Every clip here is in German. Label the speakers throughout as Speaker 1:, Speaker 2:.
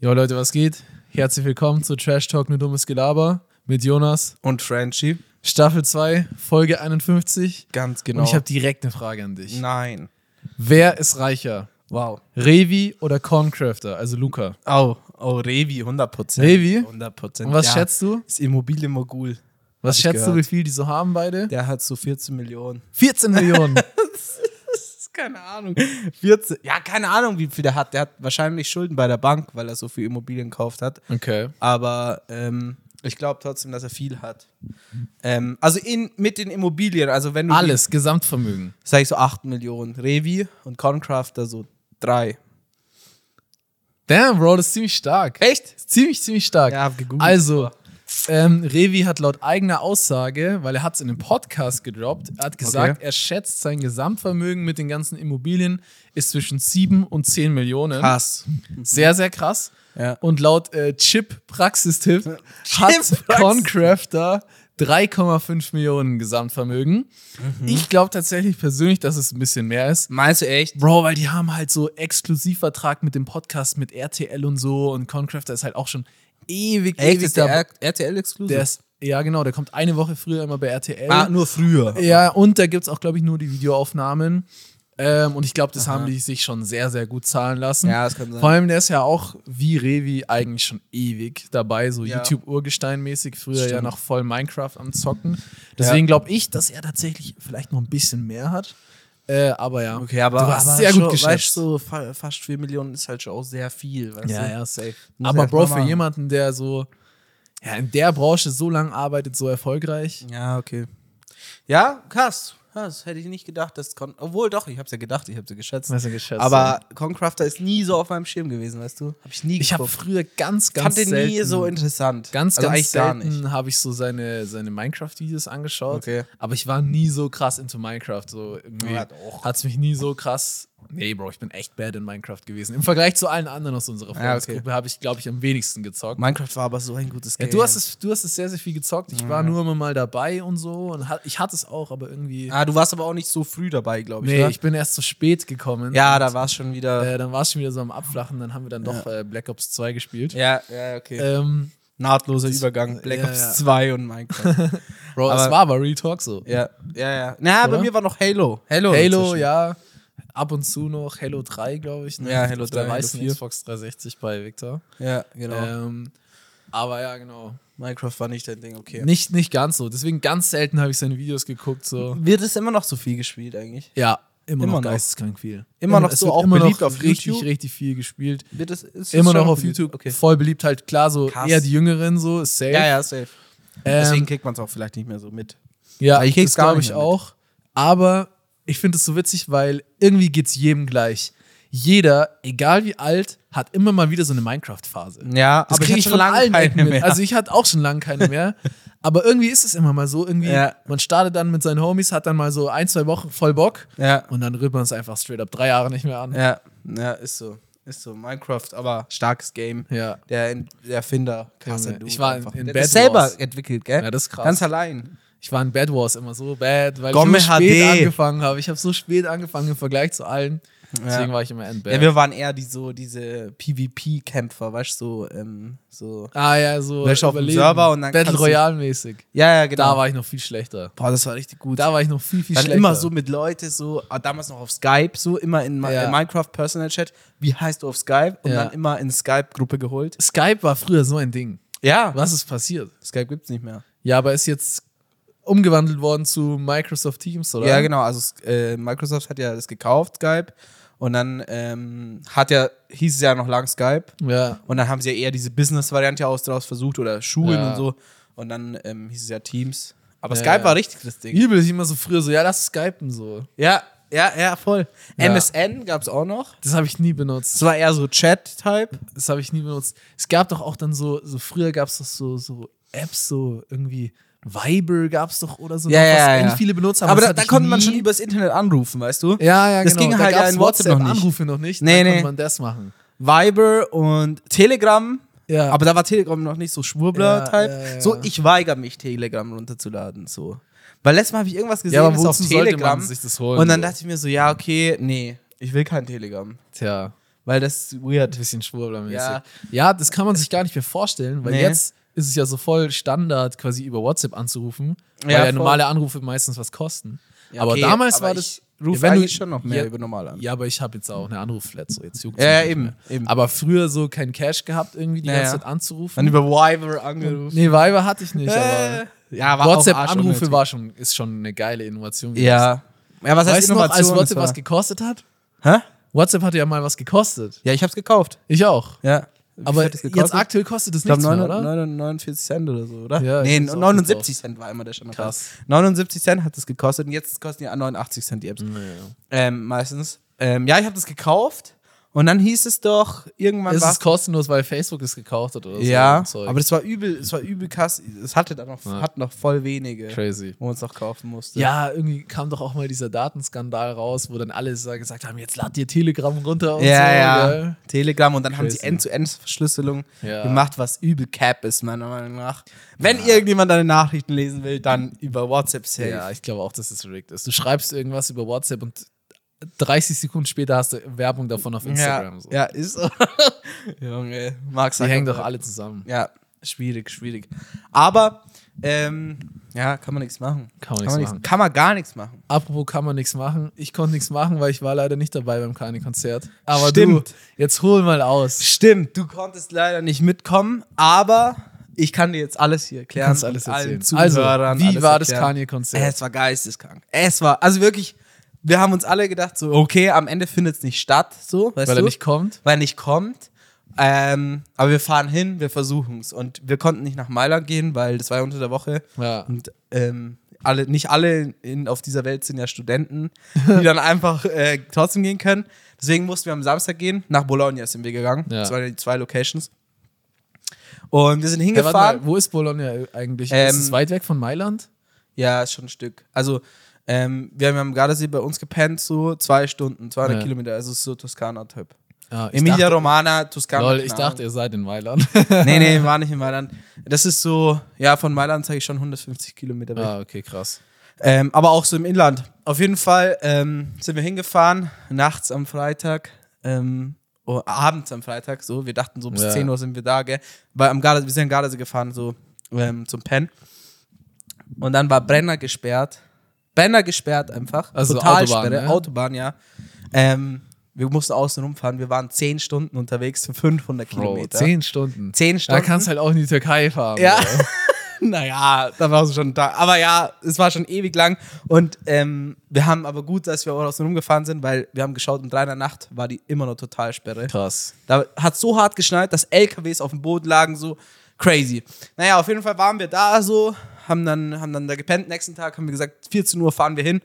Speaker 1: Jo Leute, was geht? Herzlich willkommen zu Trash Talk, nur dummes Gelaber mit Jonas.
Speaker 2: Und Franchi,
Speaker 1: Staffel 2, Folge 51.
Speaker 2: ganz genau.
Speaker 1: Und ich habe direkt eine Frage an dich.
Speaker 2: Nein.
Speaker 1: Wer ist reicher?
Speaker 2: Wow.
Speaker 1: Revi oder Corncrafter, also Luca?
Speaker 2: Oh, oh, Revi, 100%.
Speaker 1: Revi?
Speaker 2: 100%.
Speaker 1: Und was
Speaker 2: ja.
Speaker 1: schätzt du?
Speaker 2: Das Immobilienmogul.
Speaker 1: Was
Speaker 2: ich
Speaker 1: schätzt du,
Speaker 2: gehört.
Speaker 1: wie viel die so haben beide?
Speaker 2: Der hat so 14 Millionen.
Speaker 1: 14 Millionen.
Speaker 2: Das ist keine Ahnung. 14. Ja, keine Ahnung, wie viel der hat. Der hat wahrscheinlich Schulden bei der Bank, weil er so viel Immobilien gekauft hat.
Speaker 1: Okay.
Speaker 2: Aber ähm, ich glaube trotzdem, dass er viel hat. Ähm, also in, mit den Immobilien, also wenn du.
Speaker 1: Alles, Gesamtvermögen.
Speaker 2: Die, sag ich so 8 Millionen. Revi und Concrafter so 3.
Speaker 1: Damn, Bro, das ist ziemlich stark.
Speaker 2: Echt?
Speaker 1: Ziemlich, ziemlich stark.
Speaker 2: Ja, hab gegoogelt.
Speaker 1: Also, ähm, Revi hat laut eigener Aussage, weil er hat es in einem Podcast gedroppt, er hat gesagt, er schätzt sein Gesamtvermögen mit den ganzen Immobilien ist zwischen 7 und 10 Millionen.
Speaker 2: Krass.
Speaker 1: Sehr, sehr krass.
Speaker 2: Ja.
Speaker 1: Und laut äh, Chip-Praxistipp hat
Speaker 2: Chip-Praxis.
Speaker 1: Concrafter 3,5 Millionen Gesamtvermögen.
Speaker 2: Mhm.
Speaker 1: Ich glaube tatsächlich persönlich, dass es ein bisschen mehr ist.
Speaker 2: Meinst du echt?
Speaker 1: Bro, weil die haben halt so Exklusivvertrag mit dem Podcast mit RTL und so und Concrafter ist halt auch schon ewig,
Speaker 2: Echt,
Speaker 1: ewig
Speaker 2: ist der
Speaker 1: dabei.
Speaker 2: R- RTL exklusiv?
Speaker 1: Der ist, ja, genau, der kommt eine Woche früher immer bei RTL.
Speaker 2: ah, nur früher.
Speaker 1: Ja, und da gibt es auch, glaube ich, nur die Videoaufnahmen. Ähm, und ich glaube, das haben die sich schon sehr, sehr gut zahlen lassen.
Speaker 2: Ja, das kann sein.
Speaker 1: Vor allem, der ist ja auch wie Revi eigentlich schon ewig dabei, so
Speaker 2: Ja.
Speaker 1: YouTube-Urgestein-mäßig, früher ja
Speaker 2: Stimmt.
Speaker 1: noch voll Minecraft am Zocken. Deswegen glaube ich, dass er tatsächlich vielleicht noch ein bisschen mehr hat. Äh, aber ja,
Speaker 2: Okay, aber,
Speaker 1: du warst
Speaker 2: aber
Speaker 1: sehr
Speaker 2: schon,
Speaker 1: gut geschätzt.
Speaker 2: Weißt du, so fa fast 4 Millionen ist halt schon auch sehr viel. Weißt
Speaker 1: Ja,
Speaker 2: du?
Speaker 1: ja, safe.
Speaker 2: Muss
Speaker 1: Aber
Speaker 2: erst
Speaker 1: Bro,
Speaker 2: mal
Speaker 1: für
Speaker 2: machen.
Speaker 1: jemanden, der so ja, in der Branche so lange arbeitet, so erfolgreich.
Speaker 2: Ja, okay. Ja, krass. krass. Hätte ich nicht gedacht, dass Con Obwohl, doch, ich hab's ja gedacht, ich hab's ja geschätzt.
Speaker 1: Weißt du, geschätzt,
Speaker 2: aber Concrafter ist nie so auf meinem Schirm gewesen, weißt du? Hab ich nie
Speaker 1: Ich habe
Speaker 2: geguckt.
Speaker 1: früher ganz,
Speaker 2: Ich
Speaker 1: ganz
Speaker 2: fand den
Speaker 1: selten,
Speaker 2: nie so interessant.
Speaker 1: ganz,
Speaker 2: also
Speaker 1: ganz
Speaker 2: eigentlich gar nicht.
Speaker 1: selten habe ich so seine, seine Minecraft-Videos angeschaut.
Speaker 2: Okay.
Speaker 1: Aber ich war nie so krass into Minecraft. So irgendwie
Speaker 2: Ja, doch.
Speaker 1: hat es mich nie so krass. Nee, Bro, ich bin echt bad in Minecraft gewesen. Im Vergleich zu allen anderen aus unserer
Speaker 2: Ja, okay.
Speaker 1: Freundesgruppe habe ich, glaube ich, am wenigsten gezockt.
Speaker 2: Minecraft war aber so ein gutes
Speaker 1: Ja,
Speaker 2: Game.
Speaker 1: du, hast es, du hast es sehr, sehr viel gezockt. Ich war nur immer mal dabei und so. Und hat, ich hatte es auch, aber irgendwie.
Speaker 2: Ah, du warst aber auch nicht so früh dabei, glaube ich.
Speaker 1: Nee,
Speaker 2: oder?
Speaker 1: ich bin erst zu spät gekommen.
Speaker 2: ja,
Speaker 1: Und,
Speaker 2: da war es schon wieder.
Speaker 1: Äh, dann war es schon wieder so am Abflachen, dann haben wir dann doch äh, Black Ops 2 gespielt.
Speaker 2: ja, ja, okay.
Speaker 1: Ähm,
Speaker 2: Nahtloser Übergang, Black
Speaker 1: ja,
Speaker 2: Ops
Speaker 1: ja.
Speaker 2: 2 und Minecraft.
Speaker 1: Bro, es
Speaker 2: Aber-
Speaker 1: war aber Real Talk so.
Speaker 2: ja, ja, ja. Na,
Speaker 1: Oder?
Speaker 2: bei mir war noch Halo. Halo,
Speaker 1: Halo,
Speaker 2: inzwischen.
Speaker 1: ja. Ab und zu noch Halo 3, glaube ich. ne?
Speaker 2: Ja, Halo
Speaker 1: Auf der
Speaker 2: 3, Halo
Speaker 1: weißen
Speaker 2: 4.
Speaker 1: Xbox 360 bei Victor.
Speaker 2: Ja, genau.
Speaker 1: Ähm, aber ja, genau.
Speaker 2: Minecraft war nicht dein Ding, okay.
Speaker 1: Nicht, nicht ganz so. Deswegen ganz selten habe ich seine Videos geguckt. So.
Speaker 2: Wird es immer noch so viel gespielt eigentlich?
Speaker 1: Ja, immer,
Speaker 2: Immer
Speaker 1: noch
Speaker 2: noch.
Speaker 1: geisteskrank viel.
Speaker 2: Immer noch
Speaker 1: es
Speaker 2: so
Speaker 1: wird
Speaker 2: auch
Speaker 1: immer
Speaker 2: beliebt
Speaker 1: noch
Speaker 2: auf
Speaker 1: richtig,
Speaker 2: YouTube?
Speaker 1: richtig viel gespielt.
Speaker 2: Wird es, ist es
Speaker 1: immer
Speaker 2: schon
Speaker 1: noch auf
Speaker 2: beliebt?
Speaker 1: YouTube.
Speaker 2: Okay.
Speaker 1: Voll beliebt halt. Klar, so
Speaker 2: Krass.
Speaker 1: eher die Jüngeren so, ist safe.
Speaker 2: Ja, ja, safe.
Speaker 1: Ähm,
Speaker 2: Deswegen kriegt man es auch vielleicht nicht mehr so mit.
Speaker 1: Ja,
Speaker 2: Weil
Speaker 1: ich
Speaker 2: ich krieg's
Speaker 1: das
Speaker 2: gar
Speaker 1: glaube
Speaker 2: nicht
Speaker 1: ich
Speaker 2: mehr mit.
Speaker 1: auch. Aber ich finde es so witzig, weil irgendwie geht es jedem gleich. Jeder, egal wie alt, hat immer mal wieder so eine Minecraft-Phase.
Speaker 2: Ja,
Speaker 1: Das
Speaker 2: aber
Speaker 1: kriege ich,
Speaker 2: ich
Speaker 1: von
Speaker 2: hatte lange
Speaker 1: allen
Speaker 2: keine
Speaker 1: Ecken mit.
Speaker 2: mehr.
Speaker 1: Also ich hatte auch schon lange keine mehr. aber irgendwie ist es immer mal so. Irgendwie,
Speaker 2: Ja.
Speaker 1: man startet dann mit seinen Homies, hat dann mal so ein, zwei Wochen voll Bock
Speaker 2: ja,
Speaker 1: und dann rührt man es einfach straight up drei Jahre nicht mehr an.
Speaker 2: ja, ja, ist so. Ist so. Minecraft, aber starkes Game.
Speaker 1: Ja.
Speaker 2: Der, Ent- der Erfinder.
Speaker 1: Junge,
Speaker 2: krasser Dude
Speaker 1: ich war in-
Speaker 2: einfach.
Speaker 1: in
Speaker 2: Der hat
Speaker 1: Bed
Speaker 2: das selber
Speaker 1: Wars.
Speaker 2: entwickelt, gell?
Speaker 1: Ja, das ist krass.
Speaker 2: Ganz allein.
Speaker 1: Ich war in Bad Wars immer so bad, weil
Speaker 2: Gomme
Speaker 1: ich so spät
Speaker 2: HD.
Speaker 1: angefangen habe. Ich habe so spät angefangen im Vergleich zu allen. Deswegen war ich immer in Bad.
Speaker 2: Ja, wir waren eher die so diese PvP-Kämpfer, weißt du, so, ähm, so.
Speaker 1: Ah ja, so
Speaker 2: Wäsche auf dem
Speaker 1: Überleben.
Speaker 2: Server und dann
Speaker 1: Battle
Speaker 2: kannst du-
Speaker 1: Royale mäßig.
Speaker 2: Ja, ja,
Speaker 1: Da
Speaker 2: genau.
Speaker 1: war ich noch viel schlechter.
Speaker 2: Boah, das war richtig gut.
Speaker 1: Da war ich noch viel, viel
Speaker 2: dann
Speaker 1: schlechter.
Speaker 2: immer so mit Leute, so, ah, damals noch auf Skype, so immer in Ma-
Speaker 1: Ja.
Speaker 2: äh, Minecraft Personal Chat, wie heißt du auf Skype? Und
Speaker 1: Ja.
Speaker 2: dann immer in Skype-Gruppe geholt.
Speaker 1: Skype war früher so ein Ding.
Speaker 2: Ja,
Speaker 1: Was ist passiert?
Speaker 2: Skype gibt's nicht mehr.
Speaker 1: Ja, aber ist jetzt umgewandelt worden zu Microsoft Teams, oder?
Speaker 2: Ja, genau. Also äh, Microsoft hat ja das gekauft, Skype. Und dann ähm, hat ja, hieß es ja noch lang Skype.
Speaker 1: Ja.
Speaker 2: Und dann haben sie ja eher diese Business-Variante aus draus versucht oder Schulen
Speaker 1: Ja.
Speaker 2: und so. Und dann ähm, hieß es ja Teams. Aber
Speaker 1: Ja, ja.
Speaker 2: Skype war richtig das Ding.
Speaker 1: Übel, ich immer so früher so, ja, lass Skypen so.
Speaker 2: Ja, ja, ja, voll.
Speaker 1: Ja.
Speaker 2: MSN gab es auch noch.
Speaker 1: Das habe ich nie benutzt.
Speaker 2: Das war eher so Chat-Type.
Speaker 1: Das habe ich nie benutzt. Es gab doch auch dann so, so früher gab es doch so, so Apps, so irgendwie Viber gab es doch oder so.
Speaker 2: Ja,
Speaker 1: noch,
Speaker 2: ja,
Speaker 1: was
Speaker 2: ja.
Speaker 1: eigentlich viele benutzt haben.
Speaker 2: Aber
Speaker 1: Das
Speaker 2: da,
Speaker 1: hatte
Speaker 2: da
Speaker 1: ich
Speaker 2: konnte man
Speaker 1: nie.
Speaker 2: schon übers Internet anrufen, weißt du?
Speaker 1: Ja, ja,
Speaker 2: Das
Speaker 1: genau.
Speaker 2: ging
Speaker 1: da
Speaker 2: halt ja
Speaker 1: gab's
Speaker 2: in WhatsApp noch nicht.
Speaker 1: Anrufe noch nicht.
Speaker 2: Nee,
Speaker 1: da
Speaker 2: nee.
Speaker 1: konnte man das machen.
Speaker 2: Viber und Telegram.
Speaker 1: Ja.
Speaker 2: Aber da war Telegram noch nicht so Schwurbler-Type.
Speaker 1: Ja, ja, ja.
Speaker 2: So, ich weigere mich, Telegram runterzuladen. So. Weil letztes Mal habe ich irgendwas gesehen,
Speaker 1: aber
Speaker 2: das
Speaker 1: wozu
Speaker 2: auf
Speaker 1: sollte man
Speaker 2: Telegram.
Speaker 1: sich das holen,
Speaker 2: und dann
Speaker 1: so?
Speaker 2: dachte ich mir so, ja, okay, nee, ich will kein Telegram.
Speaker 1: Tja.
Speaker 2: weil das ist weird.
Speaker 1: Ein bisschen schwurblermäßig.
Speaker 2: Ja.
Speaker 1: Ja. ja, das kann man sich gar nicht mehr vorstellen, weil
Speaker 2: Nee.
Speaker 1: jetzt ist es ja so voll Standard, quasi über WhatsApp anzurufen, weil
Speaker 2: Ja,
Speaker 1: ja,
Speaker 2: voll.
Speaker 1: normale Anrufe meistens was kosten. aber
Speaker 2: okay,
Speaker 1: damals
Speaker 2: aber
Speaker 1: war
Speaker 2: ich
Speaker 1: das.
Speaker 2: ruf
Speaker 1: Ja, wenn du-
Speaker 2: eigentlich schon noch mehr
Speaker 1: ja,
Speaker 2: über normal an.
Speaker 1: Ja, aber ich habe jetzt auch eine Anrufflat, so jetzt juckt's mich
Speaker 2: Ja, ja,
Speaker 1: nicht
Speaker 2: eben,
Speaker 1: mehr.
Speaker 2: eben.
Speaker 1: Aber früher so kein Cash gehabt, irgendwie die
Speaker 2: Ja,
Speaker 1: ganze
Speaker 2: ja.
Speaker 1: Zeit anzurufen.
Speaker 2: Dann über Viber angerufen.
Speaker 1: nee, Viber hatte ich nicht,
Speaker 2: Äh,
Speaker 1: aber.
Speaker 2: ja, war auch
Speaker 1: WhatsApp-Anrufe
Speaker 2: arschunnötig.
Speaker 1: war schon, ist schon eine geile Innovation. gewesen.
Speaker 2: Ja. Ja, was heißt
Speaker 1: Weißt du noch,
Speaker 2: Innovation?
Speaker 1: als WhatsApp
Speaker 2: Das
Speaker 1: was gekostet hat?
Speaker 2: war- Hä?
Speaker 1: WhatsApp hatte ja mal was gekostet.
Speaker 2: Ja, ich hab's gekauft.
Speaker 1: Ich auch.
Speaker 2: Ja. Wie
Speaker 1: Aber
Speaker 2: viel hat das gekostet?
Speaker 1: jetzt aktuell kostet es
Speaker 2: ich glaube
Speaker 1: nichts mehr, oder?
Speaker 2: 49 Cent oder so, oder?
Speaker 1: Ja, ich
Speaker 2: nee,
Speaker 1: hab's auch
Speaker 2: 79 Cent war immer der Standard.
Speaker 1: Krass.
Speaker 2: 79 Cent hat das gekostet und jetzt kosten ja 89 Cent die
Speaker 1: Mhm.
Speaker 2: Apps. Ähm, meistens. Ähm, ja, ich habe das gekauft und dann hieß es doch, irgendwann
Speaker 1: Ist
Speaker 2: war
Speaker 1: es kostenlos, weil Facebook es gekauft hat oder so?
Speaker 2: Ja,
Speaker 1: Zeug.
Speaker 2: aber das war übel, es war übel krass. Es hatte dann noch,
Speaker 1: Ja.
Speaker 2: hat noch voll wenige,
Speaker 1: crazy.
Speaker 2: wo man es noch kaufen musste.
Speaker 1: Ja, irgendwie kam doch auch mal dieser Datenskandal raus, wo dann alle so gesagt haben, jetzt lad dir Telegram runter und
Speaker 2: ja,
Speaker 1: so.
Speaker 2: ja.
Speaker 1: gell?
Speaker 2: Telegram und dann haben sie
Speaker 1: Crazy.
Speaker 2: End-zu-End-Verschlüsselung
Speaker 1: Ja.
Speaker 2: gemacht, was übel Cap ist, meiner Meinung nach. Wenn irgendjemand deine Nachrichten lesen will, dann über WhatsApp safe.
Speaker 1: Ja, ich glaube auch, dass es rigged ist. Du schreibst irgendwas über WhatsApp und 30 Sekunden später hast du Werbung davon auf Instagram.
Speaker 2: ja,
Speaker 1: so.
Speaker 2: ja ist so. Junge, Mark
Speaker 1: Die hängen
Speaker 2: Zuckerberg.
Speaker 1: doch alle zusammen.
Speaker 2: Ja, schwierig, schwierig. Aber, ähm, ja, kann man nichts machen.
Speaker 1: Kann man nichts machen.
Speaker 2: Kann man gar nichts machen.
Speaker 1: Apropos kann man nichts machen. Ich konnte nichts machen, weil ich war leider nicht dabei beim Kani-Konzert. Aber
Speaker 2: Stimmt.
Speaker 1: du, jetzt hol mal aus.
Speaker 2: Stimmt, du konntest leider nicht mitkommen, aber ich kann dir jetzt alles hier erklären.
Speaker 1: Kannst alles
Speaker 2: und allen
Speaker 1: erzählen. Also,
Speaker 2: Zuhörern,
Speaker 1: wie
Speaker 2: alles
Speaker 1: war das
Speaker 2: erklären.
Speaker 1: Kanye-Konzert?
Speaker 2: Äh, Es war geisteskrank. Es war, also wirklich, wir haben uns alle gedacht, so, okay, am Ende findet es nicht statt, so, weißt
Speaker 1: Weil
Speaker 2: du?
Speaker 1: er nicht kommt.
Speaker 2: weil er nicht kommt. Ähm, aber wir fahren hin, wir versuchen es. Und wir konnten nicht nach Mailand gehen, weil das war ja unter der Woche.
Speaker 1: Ja.
Speaker 2: Und ähm, alle, nicht alle in, auf dieser Welt sind ja Studenten, die dann einfach äh, trotzdem gehen können. Deswegen mussten wir am Samstag gehen. Nach Bologna sind wir gegangen.
Speaker 1: Ja.
Speaker 2: Das waren die zwei Locations. Und wir sind
Speaker 1: Ja, warte
Speaker 2: hingefahren.
Speaker 1: mal, wo ist Bologna eigentlich?
Speaker 2: Ähm,
Speaker 1: ist es weit weg von Mailand?
Speaker 2: Ja, ist schon ein Stück. Also, ähm, wir haben am Gardasee bei uns gepennt, so zwei Stunden, 200
Speaker 1: Ja.
Speaker 2: Kilometer, also so Toskana-Typ.
Speaker 1: Ja, Ah, ich
Speaker 2: Emilia
Speaker 1: dachte,
Speaker 2: Romana, Toskana.
Speaker 1: lol, ich
Speaker 2: keine Ahnung.
Speaker 1: dachte, ihr seid in Mailand.
Speaker 2: Nee, nee, war nicht in Mailand. Das ist so, ja, von Mailand zeige ich schon 150 Kilometer weg.
Speaker 1: ah, okay, krass.
Speaker 2: Ähm, aber auch so im Inland. Auf jeden Fall ähm, sind wir hingefahren, nachts am Freitag, ähm, oh, abends am Freitag, so. Wir dachten so, bis
Speaker 1: Ja.
Speaker 2: 10 Uhr sind wir da, gell. Weil am Gardasee, wir sind am Gardasee gefahren, so ähm, zum Pen. Und dann war Brenner gesperrt. Brenner gesperrt einfach.
Speaker 1: Also
Speaker 2: Totalsperre,
Speaker 1: Autobahn, ne?
Speaker 2: Autobahn, ja. Ähm, wir mussten außen rumfahren. Wir waren 10 Stunden unterwegs für 500
Speaker 1: Bro,
Speaker 2: Kilometer.
Speaker 1: zehn Stunden.
Speaker 2: Zehn
Speaker 1: Da
Speaker 2: Stunden.
Speaker 1: kannst du halt auch in die Türkei fahren.
Speaker 2: Ja.
Speaker 1: Bro.
Speaker 2: naja, da war es schon da. Aber ja, es war schon ewig lang. Und ähm, wir haben aber gut, dass wir auch außen rumgefahren sind, weil wir haben geschaut, um drei in der Nacht war die immer noch Totalsperre.
Speaker 1: Krass.
Speaker 2: Da hat so hart geschneit, dass LKWs auf dem Boden lagen, so crazy. Naja, auf jeden Fall waren wir da so, haben dann, haben dann da gepennt. Nächsten Tag haben wir gesagt, 14 Uhr fahren wir hin.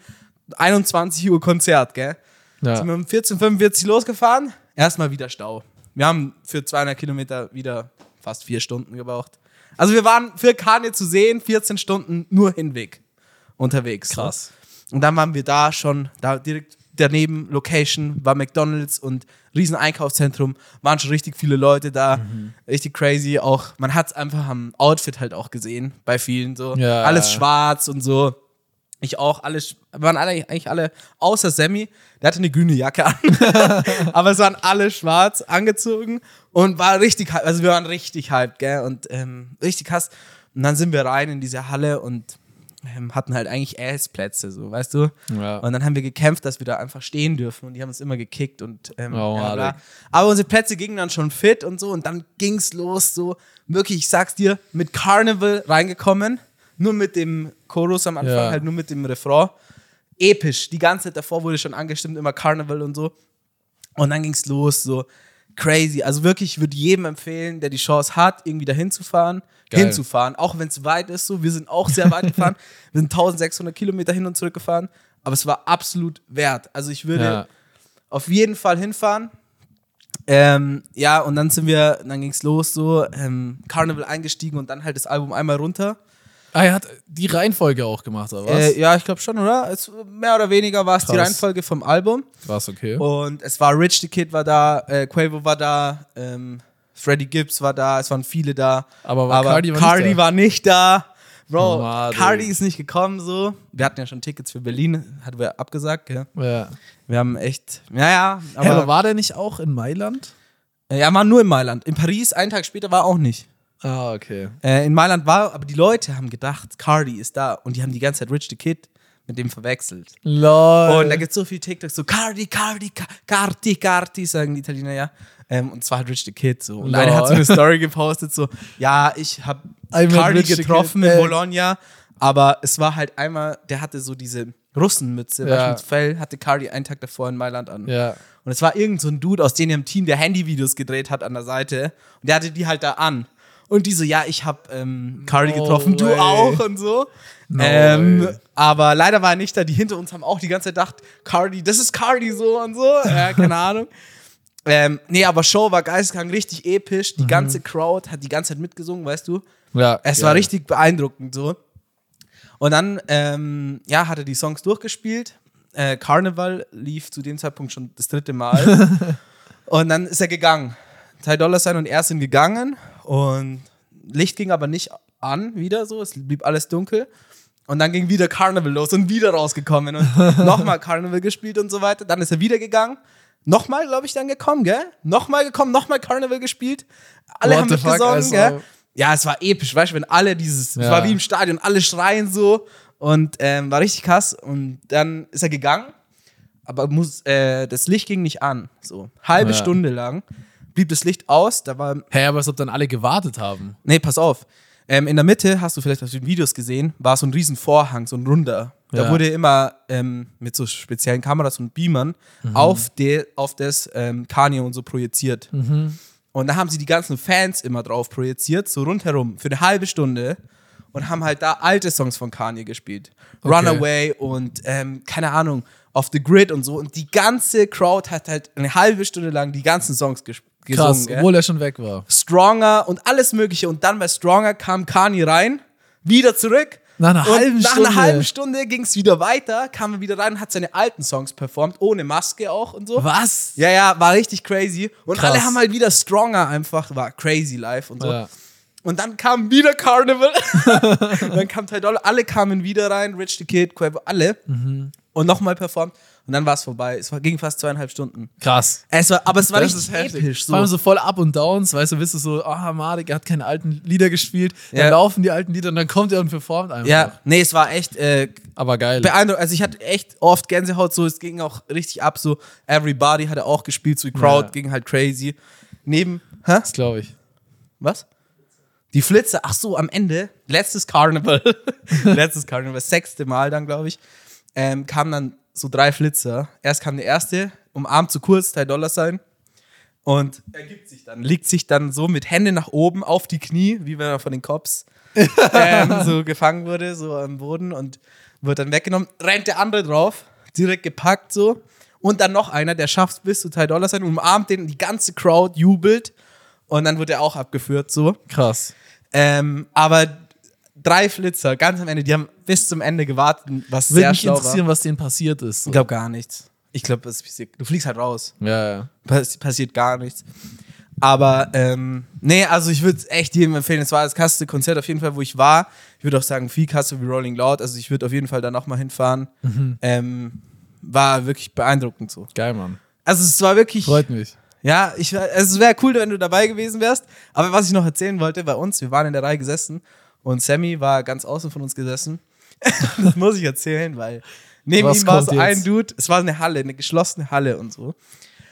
Speaker 2: 21 Uhr Konzert, gell?
Speaker 1: Ja.
Speaker 2: Sind wir um 14.45 losgefahren. Erstmal wieder Stau. Wir haben für 200 Kilometer wieder fast vier Stunden gebraucht. Also wir waren für Kanye zu sehen, 14 Stunden nur Hinweg unterwegs.
Speaker 1: Krass.
Speaker 2: Und dann waren wir da schon, da direkt daneben, Location, war McDonalds und riesen Einkaufszentrum, waren schon richtig viele Leute da, richtig crazy. Auch, man hat es einfach am Outfit halt auch gesehen, bei vielen so.
Speaker 1: Ja.
Speaker 2: Alles schwarz und so. Ich auch, alle, sch- waren alle, eigentlich alle, außer Sammy, der hatte eine grüne Jacke an. Aber es waren alle schwarz angezogen und war richtig, hy- also wir waren richtig hyped, gell, und ähm, richtig hass. Und dann sind wir rein in diese Halle und ähm, hatten halt eigentlich Assplätze, so, weißt du?
Speaker 1: Ja.
Speaker 2: Und dann haben wir gekämpft, dass wir da einfach stehen dürfen und die haben uns immer gekickt und ähm,
Speaker 1: Oh,
Speaker 2: ja, bla.
Speaker 1: Alex.
Speaker 2: Aber unsere Plätze gingen dann schon fit und so und dann ging's los, so, wirklich, ich sag's dir, mit Carnival reingekommen, nur mit dem Chorus am Anfang,
Speaker 1: Ja.
Speaker 2: halt nur mit dem Refrain. Episch, die ganze Zeit davor wurde schon angestimmt, immer Carnival und so. Und dann ging's los, so crazy. Also wirklich, ich würde jedem empfehlen, der die Chance hat, irgendwie dahin zu fahren,
Speaker 1: Geil.
Speaker 2: hinzufahren, auch wenn es weit ist. So, wir sind auch sehr weit gefahren. Wir sind 1600 Kilometer hin und zurück gefahren, aber es war absolut wert. Also ich würde
Speaker 1: Ja.
Speaker 2: auf jeden Fall hinfahren. Ähm, ja, und dann sind wir, dann ging's los, so ähm, Carnival eingestiegen und dann halt das Album einmal runter.
Speaker 1: Ah, er hat die Reihenfolge auch gemacht, oder was?
Speaker 2: Äh, ja, ich glaube schon, oder? Es, mehr oder weniger war es die
Speaker 1: Krass.
Speaker 2: Reihenfolge vom Album.
Speaker 1: Krass, okay.
Speaker 2: Und es war Rich the Kid war da, äh, Quavo war da, ähm, Freddie Gibbs war da, es waren viele da.
Speaker 1: Aber war- Cardi war nicht da.
Speaker 2: war nicht da. Bro,
Speaker 1: Schade.
Speaker 2: Cardi ist nicht gekommen so. Wir hatten ja schon Tickets für Berlin, hatten wir abgesagt, gell?
Speaker 1: Ja.
Speaker 2: Wir haben echt, ja, ja,
Speaker 1: Aber,
Speaker 2: aber,
Speaker 1: war der nicht auch in Mailand?
Speaker 2: ja, war nur in Mailand. In Paris, einen Tag später, war auch nicht.
Speaker 1: Ah, okay.
Speaker 2: Äh, in Mailand war, aber die Leute haben gedacht, Cardi ist da und die haben die ganze Zeit Rich the Kid mit dem verwechselt.
Speaker 1: Lol.
Speaker 2: Oh, Und da gibt es so viel TikToks, so Cardi, Cardi, Ca- Cardi, Cardi, sagen die Italiener ja. Ähm, und zwar hat Rich the Kid so. Und
Speaker 1: Lol.
Speaker 2: einer hat so eine Story gepostet, so, ja, ich habe
Speaker 1: Einmal
Speaker 2: Cardi
Speaker 1: Rich the Kid,
Speaker 2: getroffen
Speaker 1: ey.
Speaker 2: in Bologna, aber es war halt einmal, der hatte so diese Russenmütze,
Speaker 1: Ja.
Speaker 2: ja. Fell, hatte Cardi einen Tag davor in Mailand an.
Speaker 1: ja.
Speaker 2: Und es war irgend so ein Dude aus denen im Team, der Handyvideos gedreht hat an der Seite. Und der hatte die halt da an. Und die so, ja, ich hab ähm, Cardi
Speaker 1: No
Speaker 2: getroffen, du
Speaker 1: way.
Speaker 2: auch und so. ähm,
Speaker 1: way.
Speaker 2: aber leider war er nicht da. Die hinter uns haben auch die ganze Zeit gedacht, Cardi, das ist Cardi so und so. Ja, keine Ahnung. Ähm, nee, aber Show war geisteskrank, richtig episch.
Speaker 1: Mhm.
Speaker 2: Die ganze Crowd hat die ganze Zeit mitgesungen, weißt du.
Speaker 1: ja.
Speaker 2: Es
Speaker 1: geil.
Speaker 2: war richtig beeindruckend so. Und dann, ähm, ja, hat er die Songs durchgespielt. Äh, Carnival lief zu dem Zeitpunkt schon das dritte Mal. und dann ist er gegangen. Ty Dollar Sign und er sind gegangen. Und Licht ging aber nicht an, wieder so. Es blieb alles dunkel. Und dann ging wieder Carnival los und wieder rausgekommen und nochmal Carnival gespielt und so weiter. Dann ist er wieder gegangen. Nochmal, glaube ich, dann gekommen, gell? Nochmal gekommen, nochmal Carnival gespielt. Alle
Speaker 1: What
Speaker 2: haben
Speaker 1: the fuck,
Speaker 2: mitgesungen,
Speaker 1: also-
Speaker 2: gell? Ja, es war episch, weißt du, wenn alle dieses, es
Speaker 1: Ja.
Speaker 2: war wie im Stadion, alle schreien so und ähm, war richtig krass. Und dann ist er gegangen, aber muss, äh, das Licht ging nicht an. So halbe
Speaker 1: Ja.
Speaker 2: Stunde lang blieb das Licht aus. Da war,
Speaker 1: Hä, aber als ob dann alle gewartet haben.
Speaker 2: nee, pass auf. Ähm, in der Mitte, hast du vielleicht aus den Videos gesehen, war so ein riesen Vorhang, so ein runder. Da
Speaker 1: Ja.
Speaker 2: wurde immer ähm, mit so speziellen Kameras und Beamern
Speaker 1: Mhm.
Speaker 2: auf, de, auf das ähm, Kanye und so projiziert.
Speaker 1: Mhm.
Speaker 2: Und da haben sie die ganzen Fans immer drauf projiziert, so rundherum, für eine halbe Stunde. Und haben halt da alte Songs von Kanye gespielt.
Speaker 1: Okay.
Speaker 2: Runaway und ähm, keine Ahnung, Off the Grid und so. Und die ganze Crowd hat halt eine halbe Stunde lang die ganzen Songs ges gesungen.
Speaker 1: Krass,
Speaker 2: gell?
Speaker 1: obwohl er schon weg war.
Speaker 2: Stronger und alles Mögliche. Und dann bei Stronger kam Kanye rein, wieder zurück.
Speaker 1: Nach einer
Speaker 2: und
Speaker 1: halben
Speaker 2: nach
Speaker 1: Stunde.
Speaker 2: einer halben Stunde ging es wieder weiter, kam er wieder rein und hat seine alten Songs performt, ohne Maske auch und so.
Speaker 1: Was?
Speaker 2: Ja, ja, war richtig crazy. Und
Speaker 1: Krass.
Speaker 2: alle haben halt wieder Stronger einfach, war crazy live und so.
Speaker 1: Ja.
Speaker 2: Und dann kam wieder Carnival. Und dann kam Ty Dolla, alle kamen wieder rein, Rich the Kid, Quavo, alle.
Speaker 1: Mhm.
Speaker 2: Und nochmal performt. Und dann war es vorbei. Es war, ging fast zweieinhalb Stunden.
Speaker 1: Krass.
Speaker 2: Es war, aber es war
Speaker 1: Das ist
Speaker 2: nicht
Speaker 1: heftig.
Speaker 2: episch.
Speaker 1: Vor allem so voll Up und Downs, weißt du, bist du so, ah, Marek, er hat keine alten Lieder gespielt, dann
Speaker 2: Ja.
Speaker 1: laufen die alten Lieder und dann kommt er und performt einfach.
Speaker 2: Ja, nee, es war echt äh,
Speaker 1: Aber geil.
Speaker 2: beeindruckend. Also ich hatte echt oft Gänsehaut, so es ging auch richtig ab. So Everybody hat er auch gespielt, so die Crowd
Speaker 1: Ja.
Speaker 2: ging halt crazy. Neben, hä?
Speaker 1: Das glaube ich.
Speaker 2: Was? Die Flitze, ach so, am Ende, letztes Carnival, letztes Carnival, das sechste Mal dann, glaube ich, ähm, kamen dann so drei Flitzer. Erst kam der erste, umarmt zu kurz, drei Dollar sein. Und er gibt sich dann, liegt sich dann so mit Hände nach oben auf die Knie, wie wenn er von den Cops ähm, so gefangen wurde, so am Boden und wird dann weggenommen. Rennt der andere drauf, direkt gepackt so. Und dann noch einer, der schafft bis zu Ty Dollar sein, umarmt den, die ganze Crowd jubelt. Und dann wird er auch abgeführt so.
Speaker 1: Krass.
Speaker 2: Ähm, aber drei Flitzer, ganz am Ende, die haben bis zum Ende gewartet, was
Speaker 1: Würde
Speaker 2: sehr
Speaker 1: mich
Speaker 2: schlau
Speaker 1: interessieren,
Speaker 2: war.
Speaker 1: was denen passiert ist.
Speaker 2: Ich glaube gar nichts. Ich glaube, du fliegst halt raus.
Speaker 1: Ja, ja.
Speaker 2: Pass passiert gar nichts. Aber, ähm, nee, also ich würde es echt jedem empfehlen. Es war das krasseste Konzert auf jeden Fall, wo ich war. Ich würde auch sagen, viel krasser wie Rolling Loud. Also ich würde auf jeden Fall da nochmal hinfahren.
Speaker 1: Mhm.
Speaker 2: Ähm, war wirklich beeindruckend so.
Speaker 1: Geil, Mann.
Speaker 2: Also es war wirklich.
Speaker 1: Freut mich.
Speaker 2: Ja, ich, wär- also es wäre cool, wenn du dabei gewesen wärst. Aber was ich noch erzählen wollte, bei uns, wir waren in der Reihe gesessen und Sammy war ganz außen von uns gesessen. das muss ich erzählen, weil neben
Speaker 1: Was
Speaker 2: ihm war so
Speaker 1: kommt jetzt?
Speaker 2: ein Dude, es war eine Halle, eine geschlossene Halle und so.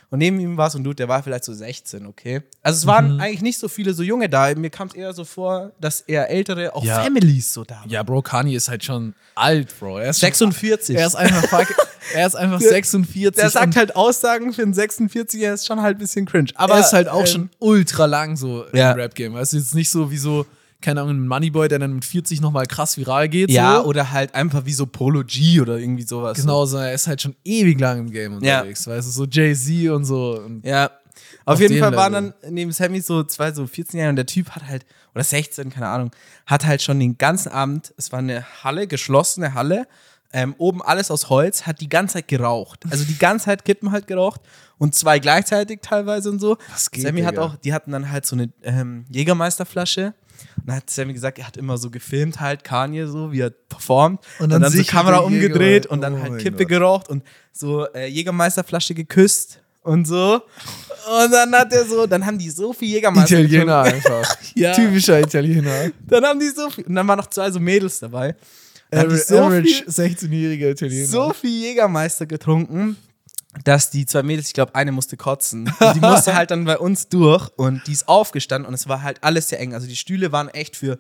Speaker 2: Und neben ihm war so ein Dude, der war vielleicht so 16, okay? Also es waren
Speaker 1: Mhm.
Speaker 2: eigentlich nicht so viele so Junge da. Mir kam es eher so vor, dass eher ältere, auch
Speaker 1: Ja.
Speaker 2: Families so da waren.
Speaker 1: Ja, Bro, Kanye ist halt schon alt, Bro. Er ist schon
Speaker 2: 46.
Speaker 1: Er ist einfach, fuck, er ist einfach
Speaker 2: Der-
Speaker 1: 46.
Speaker 2: der sagt
Speaker 1: und
Speaker 2: halt Aussagen für einen 46er, ist schon halt ein bisschen cringe. Aber
Speaker 1: er ist halt auch
Speaker 2: ähm,
Speaker 1: schon ultra lang so
Speaker 2: Ja.
Speaker 1: im Rap-Game. Weißt du, jetzt nicht so wie so, keine Ahnung, ein Moneyboy, der dann mit 40 nochmal krass viral geht.
Speaker 2: Ja,
Speaker 1: so.
Speaker 2: oder halt einfach wie so Polo G oder irgendwie sowas.
Speaker 1: Genau, sondern er ist halt schon ewig lang im Game
Speaker 2: Ja.
Speaker 1: unterwegs. Weißt du, so Jay-Z und so. Und
Speaker 2: Ja. Auf,
Speaker 1: Auf
Speaker 2: jeden
Speaker 1: dem
Speaker 2: Fall waren
Speaker 1: Level.
Speaker 2: dann neben Sammy so zwei, so 14 Jahre und der Typ hat halt, oder 16, keine Ahnung, hat halt schon den ganzen Abend, es war eine Halle, geschlossene Halle, Ähm, oben alles aus Holz, hat die ganze Zeit geraucht. Also die ganze Zeit Kippen halt geraucht und zwei gleichzeitig teilweise und so.
Speaker 1: Was geht,
Speaker 2: Sammy hat
Speaker 1: Digga?
Speaker 2: auch, die hatten dann halt so eine ähm, Jägermeisterflasche. Und dann hat Sammy gesagt, er hat immer so gefilmt, halt Kanye so, wie er performt.
Speaker 1: Und
Speaker 2: Und
Speaker 1: dann
Speaker 2: dann, so
Speaker 1: sich
Speaker 2: Kamera
Speaker 1: mit der Jäger-
Speaker 2: umgedreht und dann
Speaker 1: Oh
Speaker 2: halt
Speaker 1: mein
Speaker 2: Kippe
Speaker 1: Gott.
Speaker 2: geraucht und so äh, Jägermeisterflasche geküsst und so. Und dann hat er so, dann haben die so viel Jägermeister.
Speaker 1: Italiener einfach.
Speaker 2: Ja.
Speaker 1: Typischer Italiener.
Speaker 2: Dann haben die so viel. Und dann waren noch zwei so Mädels dabei. Dann haben die
Speaker 1: Average,
Speaker 2: so
Speaker 1: average
Speaker 2: viel,
Speaker 1: 16-jähriger Italiener.
Speaker 2: so viel Jägermeister getrunken, dass die zwei Mädels, ich glaube, eine musste kotzen. Und die musste halt dann bei uns durch und die ist aufgestanden und es war halt alles sehr eng. Also die Stühle waren echt für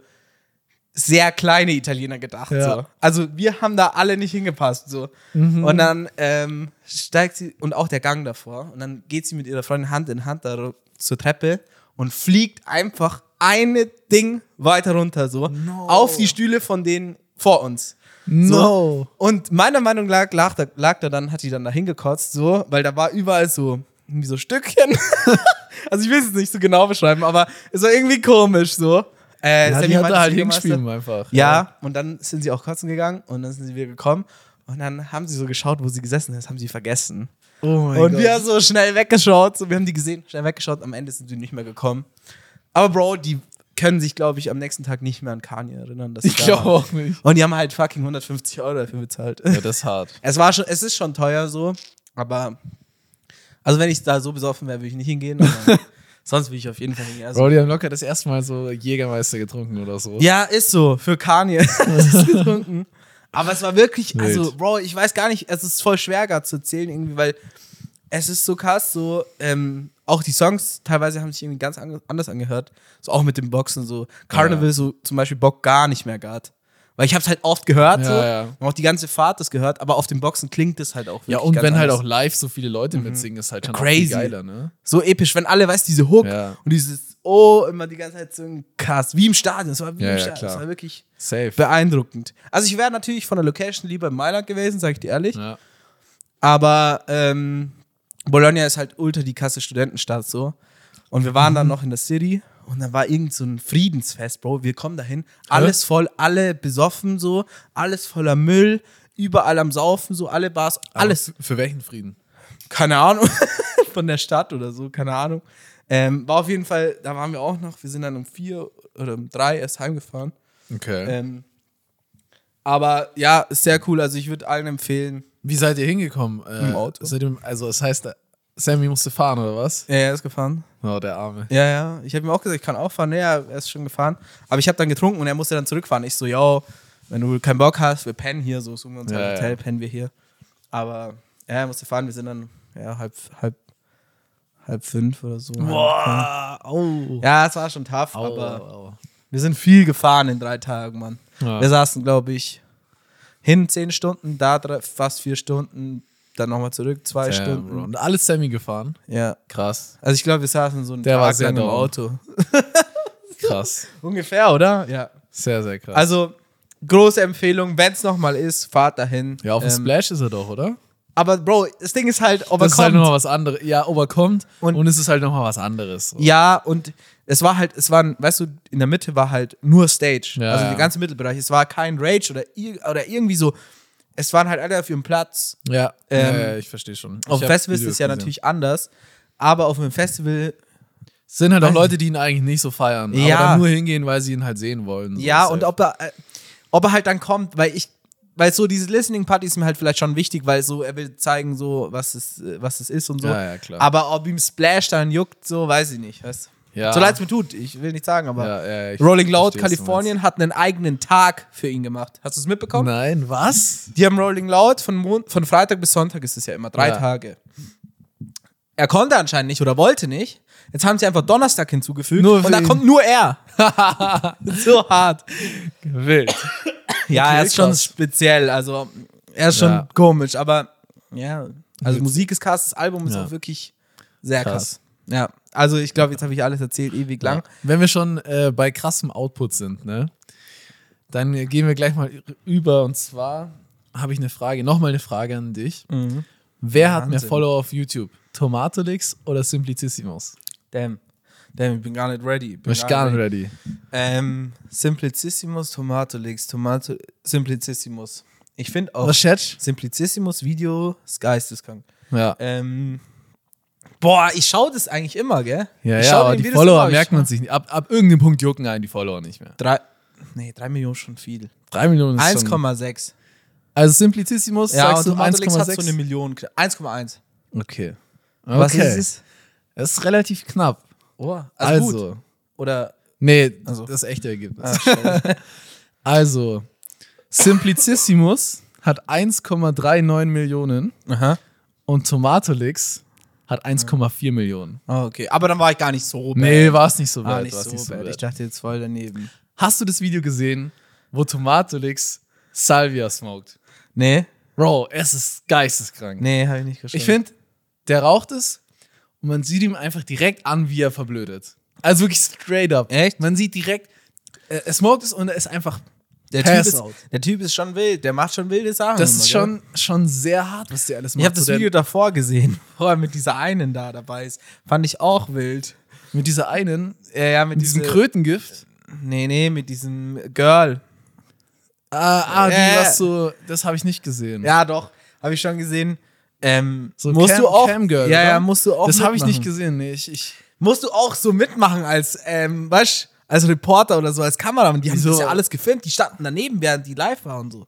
Speaker 2: sehr kleine Italiener gedacht.
Speaker 1: Ja. Mhm.
Speaker 2: So. Also wir haben da alle nicht hingepasst. So. Und dann ähm, steigt sie und auch der Gang davor und dann geht sie mit ihrer Freundin Hand in Hand da zur Treppe und fliegt einfach eine Ding weiter runter so
Speaker 1: No.
Speaker 2: auf die Stühle von denen vor uns.
Speaker 1: No.
Speaker 2: Und meiner Meinung nach lag, da- lag da dann, hat die dann da hingekotzt, so, weil da war überall so, irgendwie so Stückchen. also ich will es jetzt nicht so genau beschreiben, aber es war irgendwie komisch so. Äh,
Speaker 1: Ja,
Speaker 2: Sammy
Speaker 1: die hat
Speaker 2: meinte,
Speaker 1: da halt
Speaker 2: Jägermeister-
Speaker 1: hingeschrieben einfach.
Speaker 2: Ja, und dann sind sie auch kotzen gegangen und dann sind sie wieder gekommen. Und dann haben sie so geschaut, wo sie gesessen ist, haben sie vergessen.
Speaker 1: Oh mein
Speaker 2: und
Speaker 1: Gott.
Speaker 2: wir haben so schnell weggeschaut, so, wir haben die gesehen, schnell weggeschaut, am Ende sind sie nicht mehr gekommen. Aber Bro, die können sich, glaube ich, am nächsten Tag nicht mehr an Kanye erinnern. Dass sie
Speaker 1: ich
Speaker 2: da
Speaker 1: glaube
Speaker 2: waren.
Speaker 1: auch nicht.
Speaker 2: Und die haben halt fucking 150 Euro dafür bezahlt.
Speaker 1: Ja, das ist hart.
Speaker 2: Es war schon, es ist schon teuer so, aber also wenn ich da so besoffen wäre, würde ich nicht hingehen. Aber sonst würde ich auf jeden Fall hingehen. Also,
Speaker 1: Bro, die haben locker das erste Mal so Jägermeister getrunken oder so.
Speaker 2: ja, ist so für Kanye. Das ist getrunken. Aber es war wirklich, also
Speaker 1: Wild.
Speaker 2: Bro, ich weiß gar nicht, es ist voll schwer gerade zu zählen irgendwie, weil es ist so krass, so ähm, auch die Songs teilweise haben sich irgendwie ganz ange anders angehört, so auch mit dem Boxen so Carnival
Speaker 1: Ja.
Speaker 2: so zum Beispiel Bock gar nicht mehr gerade. Weil ich habe es halt oft gehört so,
Speaker 1: Ja, ja.
Speaker 2: und auch die ganze Fahrt das gehört, aber auf dem Boxen klingt es halt auch wirklich
Speaker 1: Ja, und
Speaker 2: ganz
Speaker 1: wenn halt
Speaker 2: anders. Mhm.
Speaker 1: auch live so viele Leute mitsingen, ist halt schon Crazy.
Speaker 2: Crazy.
Speaker 1: viel geiler, ne?
Speaker 2: so episch, wenn alle, weißt du, diese Hook
Speaker 1: Ja.
Speaker 2: und dieses Oh immer die ganze Zeit so ein krass, wie im Stadion, es war wie
Speaker 1: Ja,
Speaker 2: im
Speaker 1: ja,
Speaker 2: Stadion,
Speaker 1: klar.
Speaker 2: es war wirklich
Speaker 1: Safe.
Speaker 2: beeindruckend. Also ich wäre natürlich von der Location lieber in Mailand gewesen, sag ich dir ehrlich,
Speaker 1: ja.
Speaker 2: aber ähm, Bologna ist halt ultra die krasse Studentenstadt so und wir waren dann noch in der City und dann war irgend so ein Friedensfest, Bro, wir kommen dahin, alles voll, alle besoffen so, alles voller Müll, überall am Saufen so, alle Bars, alles
Speaker 1: Aber Für welchen Frieden?
Speaker 2: keine Ahnung, von der Stadt oder so, keine Ahnung. Ähm, war auf jeden Fall, da waren wir auch noch, wir sind dann um vier oder um drei erst heimgefahren.
Speaker 1: Okay.
Speaker 2: Ähm, aber ja, ist sehr cool, also ich würde allen empfehlen.
Speaker 1: Wie seid ihr hingekommen? Äh,
Speaker 2: Im Auto.
Speaker 1: Seid ihr, also, es heißt, Sammy musste fahren oder was?
Speaker 2: Ja, er ist gefahren.
Speaker 1: Oh, der Arme.
Speaker 2: Ja, ja, ich habe ihm auch gesagt, ich kann auch fahren, naja, er ist schon gefahren. Aber ich habe dann getrunken und er musste dann zurückfahren. Ich so, yo, wenn du keinen Bock hast, wir pennen hier, so suchen wir uns
Speaker 1: Ja,
Speaker 2: ein Hotel,
Speaker 1: ja.
Speaker 2: pennen wir hier. Aber ja, er musste fahren, wir sind dann ja, halb, halb, halb fünf oder so.
Speaker 1: Boah, au.
Speaker 2: Ja, es war schon tough,
Speaker 1: Au,
Speaker 2: aber
Speaker 1: au, au.
Speaker 2: Wir sind viel gefahren in drei Tagen, Mann.
Speaker 1: Ja.
Speaker 2: Wir saßen, glaube ich, hin zehn Stunden, da drei, fast vier Stunden, dann nochmal zurück zwei
Speaker 1: Damn,
Speaker 2: Stunden.
Speaker 1: Bro. Und alles Sammy gefahren.
Speaker 2: Ja.
Speaker 1: Krass,
Speaker 2: Also ich glaube, wir saßen so einen
Speaker 1: Der
Speaker 2: Tag
Speaker 1: war sehr
Speaker 2: lang im
Speaker 1: down.
Speaker 2: Auto.
Speaker 1: krass.
Speaker 2: Ungefähr, oder? Ja.
Speaker 1: Sehr, sehr krass.
Speaker 2: Also, große Empfehlung, wenn es nochmal ist, fahrt dahin.
Speaker 1: ja, auf dem
Speaker 2: Ähm,
Speaker 1: Splash ist er doch, oder?
Speaker 2: Aber Bro, das Ding ist halt, ob er
Speaker 1: Das ist halt
Speaker 2: kommt.
Speaker 1: nochmal was anderes. Ja, ob er kommt und,
Speaker 2: Und-
Speaker 1: es ist halt nochmal was anderes. So.
Speaker 2: Ja, und es war halt, es waren, weißt du, in der Mitte war halt nur Stage.
Speaker 1: Ja,
Speaker 2: also
Speaker 1: ja.
Speaker 2: der ganze Mittelbereich. Es war kein Rage oder, ir- oder irgendwie so. Es waren halt alle auf ihrem Platz.
Speaker 1: Ja,
Speaker 2: Ähm,
Speaker 1: ja, ja ich verstehe schon.
Speaker 2: Auf
Speaker 1: Ich hab
Speaker 2: Festivals ist
Speaker 1: Videos
Speaker 2: es ja
Speaker 1: gesehen.
Speaker 2: natürlich anders, aber auf einem Festival,
Speaker 1: sind halt auch Leute, die ihn eigentlich nicht so feiern,
Speaker 2: Ja.
Speaker 1: aber dann nur hingehen, weil sie ihn halt sehen wollen. So
Speaker 2: ja,
Speaker 1: safe.
Speaker 2: und ob er, äh, ob er halt dann kommt, weil ich, weil so diese Listening Party ist mir halt vielleicht schon wichtig, weil so er will zeigen, so was es, äh, was es ist und so.
Speaker 1: Ja, ja, klar.
Speaker 2: Aber ob ihm Splash dann juckt, so weiß ich nicht, weißt du?
Speaker 1: Ja.
Speaker 2: So leid es mir tut, ich will nicht sagen, aber
Speaker 1: Ja, ja, ich
Speaker 2: Rolling Loud
Speaker 1: verstehe, was du
Speaker 2: Kalifornien hat einen eigenen Tag für ihn gemacht. Hast du es mitbekommen?
Speaker 1: Nein, was?
Speaker 2: Die haben Rolling Loud von, Mon von Freitag bis Sonntag ist es ja immer, drei
Speaker 1: Ja.
Speaker 2: Tage. Er konnte anscheinend nicht oder wollte nicht. Jetzt haben sie einfach Donnerstag hinzugefügt
Speaker 1: Nur für
Speaker 2: und da
Speaker 1: ihn.
Speaker 2: kommt nur er. so hart.
Speaker 1: Wild.
Speaker 2: Ja,
Speaker 1: Okay,
Speaker 2: er ist schon
Speaker 1: krass.
Speaker 2: speziell, also er ist schon
Speaker 1: Ja.
Speaker 2: komisch, aber ja, also
Speaker 1: Wild.
Speaker 2: Musik ist krass, das Album ist
Speaker 1: Ja.
Speaker 2: auch wirklich sehr
Speaker 1: Krass.
Speaker 2: krass. Ja, also ich glaube, jetzt habe ich alles erzählt, ewig lang.
Speaker 1: Wenn wir schon äh, bei krassem Output sind, ne? Dann äh, gehen wir gleich mal ü- über und zwar habe ich eine Frage, nochmal eine Frage an dich. Wer hat mehr
Speaker 2: Mhm. Wahnsinn.
Speaker 1: Follower auf YouTube? Tomatolix oder Simplicissimus?
Speaker 2: Damn. Damn, ich bin gar nicht ready.
Speaker 1: Bin ich gar nicht ready.
Speaker 2: Ähm, Simplicissimus, Tomatolix, Tomato, Simplicissimus. Ich finde auch
Speaker 1: Was schätzt?
Speaker 2: Simplicissimus Video ist geisteskrank.
Speaker 1: Ja.
Speaker 2: Ähm, boah, ich schaue das eigentlich immer, gell?
Speaker 1: Ja,
Speaker 2: ich
Speaker 1: ja,
Speaker 2: schau
Speaker 1: aber
Speaker 2: den
Speaker 1: die
Speaker 2: Videos
Speaker 1: Follower
Speaker 2: immer, ich
Speaker 1: merkt
Speaker 2: schau-
Speaker 1: man sich nicht. Ab, ab irgendeinem Punkt jucken einen die Follower nicht mehr.
Speaker 2: Drei, nee, drei Millionen ist schon viel.
Speaker 1: 3 Millionen ist schon,
Speaker 2: 1,6.
Speaker 1: Also Simplicissimus
Speaker 2: Ja,
Speaker 1: sagst du
Speaker 2: und Tomatolix hat
Speaker 1: 1,6?
Speaker 2: so eine Million. knapp. 1,1.
Speaker 1: okay.
Speaker 2: Was
Speaker 1: Okay.
Speaker 2: ist es?
Speaker 1: Das ist relativ knapp.
Speaker 2: Oh, also, gut.
Speaker 1: Also,
Speaker 2: Oder
Speaker 1: nee,
Speaker 2: Also.
Speaker 1: das echte Ergebnis.
Speaker 2: ah, scheiße.
Speaker 1: Also, Simplicissimus hat 1,39 Millionen
Speaker 2: Aha.
Speaker 1: und Tomatolix hat 1,4 Millionen.
Speaker 2: Ah, okay, aber dann war ich gar nicht so bad.
Speaker 1: Nee, war es nicht so
Speaker 2: ah,
Speaker 1: weit.
Speaker 2: nicht
Speaker 1: war's
Speaker 2: so,
Speaker 1: nicht so
Speaker 2: bad.
Speaker 1: weit.
Speaker 2: Ich dachte jetzt voll daneben.
Speaker 1: Hast du das Video gesehen, wo Tomatolix Salvia smoked?
Speaker 2: Nee,
Speaker 1: Bro, es ist geisteskrank.
Speaker 2: nee, habe ich nicht geschrieben.
Speaker 1: Ich finde, der raucht es und man sieht ihm einfach direkt an, wie er verblödet. Also wirklich straight up.
Speaker 2: Echt?
Speaker 1: Man sieht direkt, äh, er smoked es und er ist einfach.
Speaker 2: der typ,
Speaker 1: Pass
Speaker 2: ist,
Speaker 1: out.
Speaker 2: der typ ist schon wild. Der macht schon wilde Sachen.
Speaker 1: Das
Speaker 2: immer,
Speaker 1: ist
Speaker 2: gell?
Speaker 1: schon, schon sehr hart, was der alles macht.
Speaker 2: Ich habe das
Speaker 1: So der-
Speaker 2: Video davor gesehen, wo er mit dieser einen da dabei ist. Fand ich auch wild.
Speaker 1: mit dieser einen,
Speaker 2: Ja, ja, mit
Speaker 1: mit diesem
Speaker 2: diese-
Speaker 1: Krötengift.
Speaker 2: Nee, nee, mit diesem Girl.
Speaker 1: Ah, ah
Speaker 2: Äh.
Speaker 1: die, was so, das habe ich nicht gesehen.
Speaker 2: Ja, doch, habe ich schon gesehen. Ähm,
Speaker 1: So
Speaker 2: musst
Speaker 1: Cam-
Speaker 2: du auch,
Speaker 1: Camgirl,
Speaker 2: ja,
Speaker 1: oder?
Speaker 2: ja, musst du auch.
Speaker 1: das habe ich
Speaker 2: mitmachen.
Speaker 1: nicht gesehen. Nee, ich, ich,
Speaker 2: Musst du auch so mitmachen als, ähm, weißt, als Reporter oder so, als Kameramann. Die haben
Speaker 1: Wieso?
Speaker 2: das ja alles gefilmt. Die standen daneben, während die live waren und so.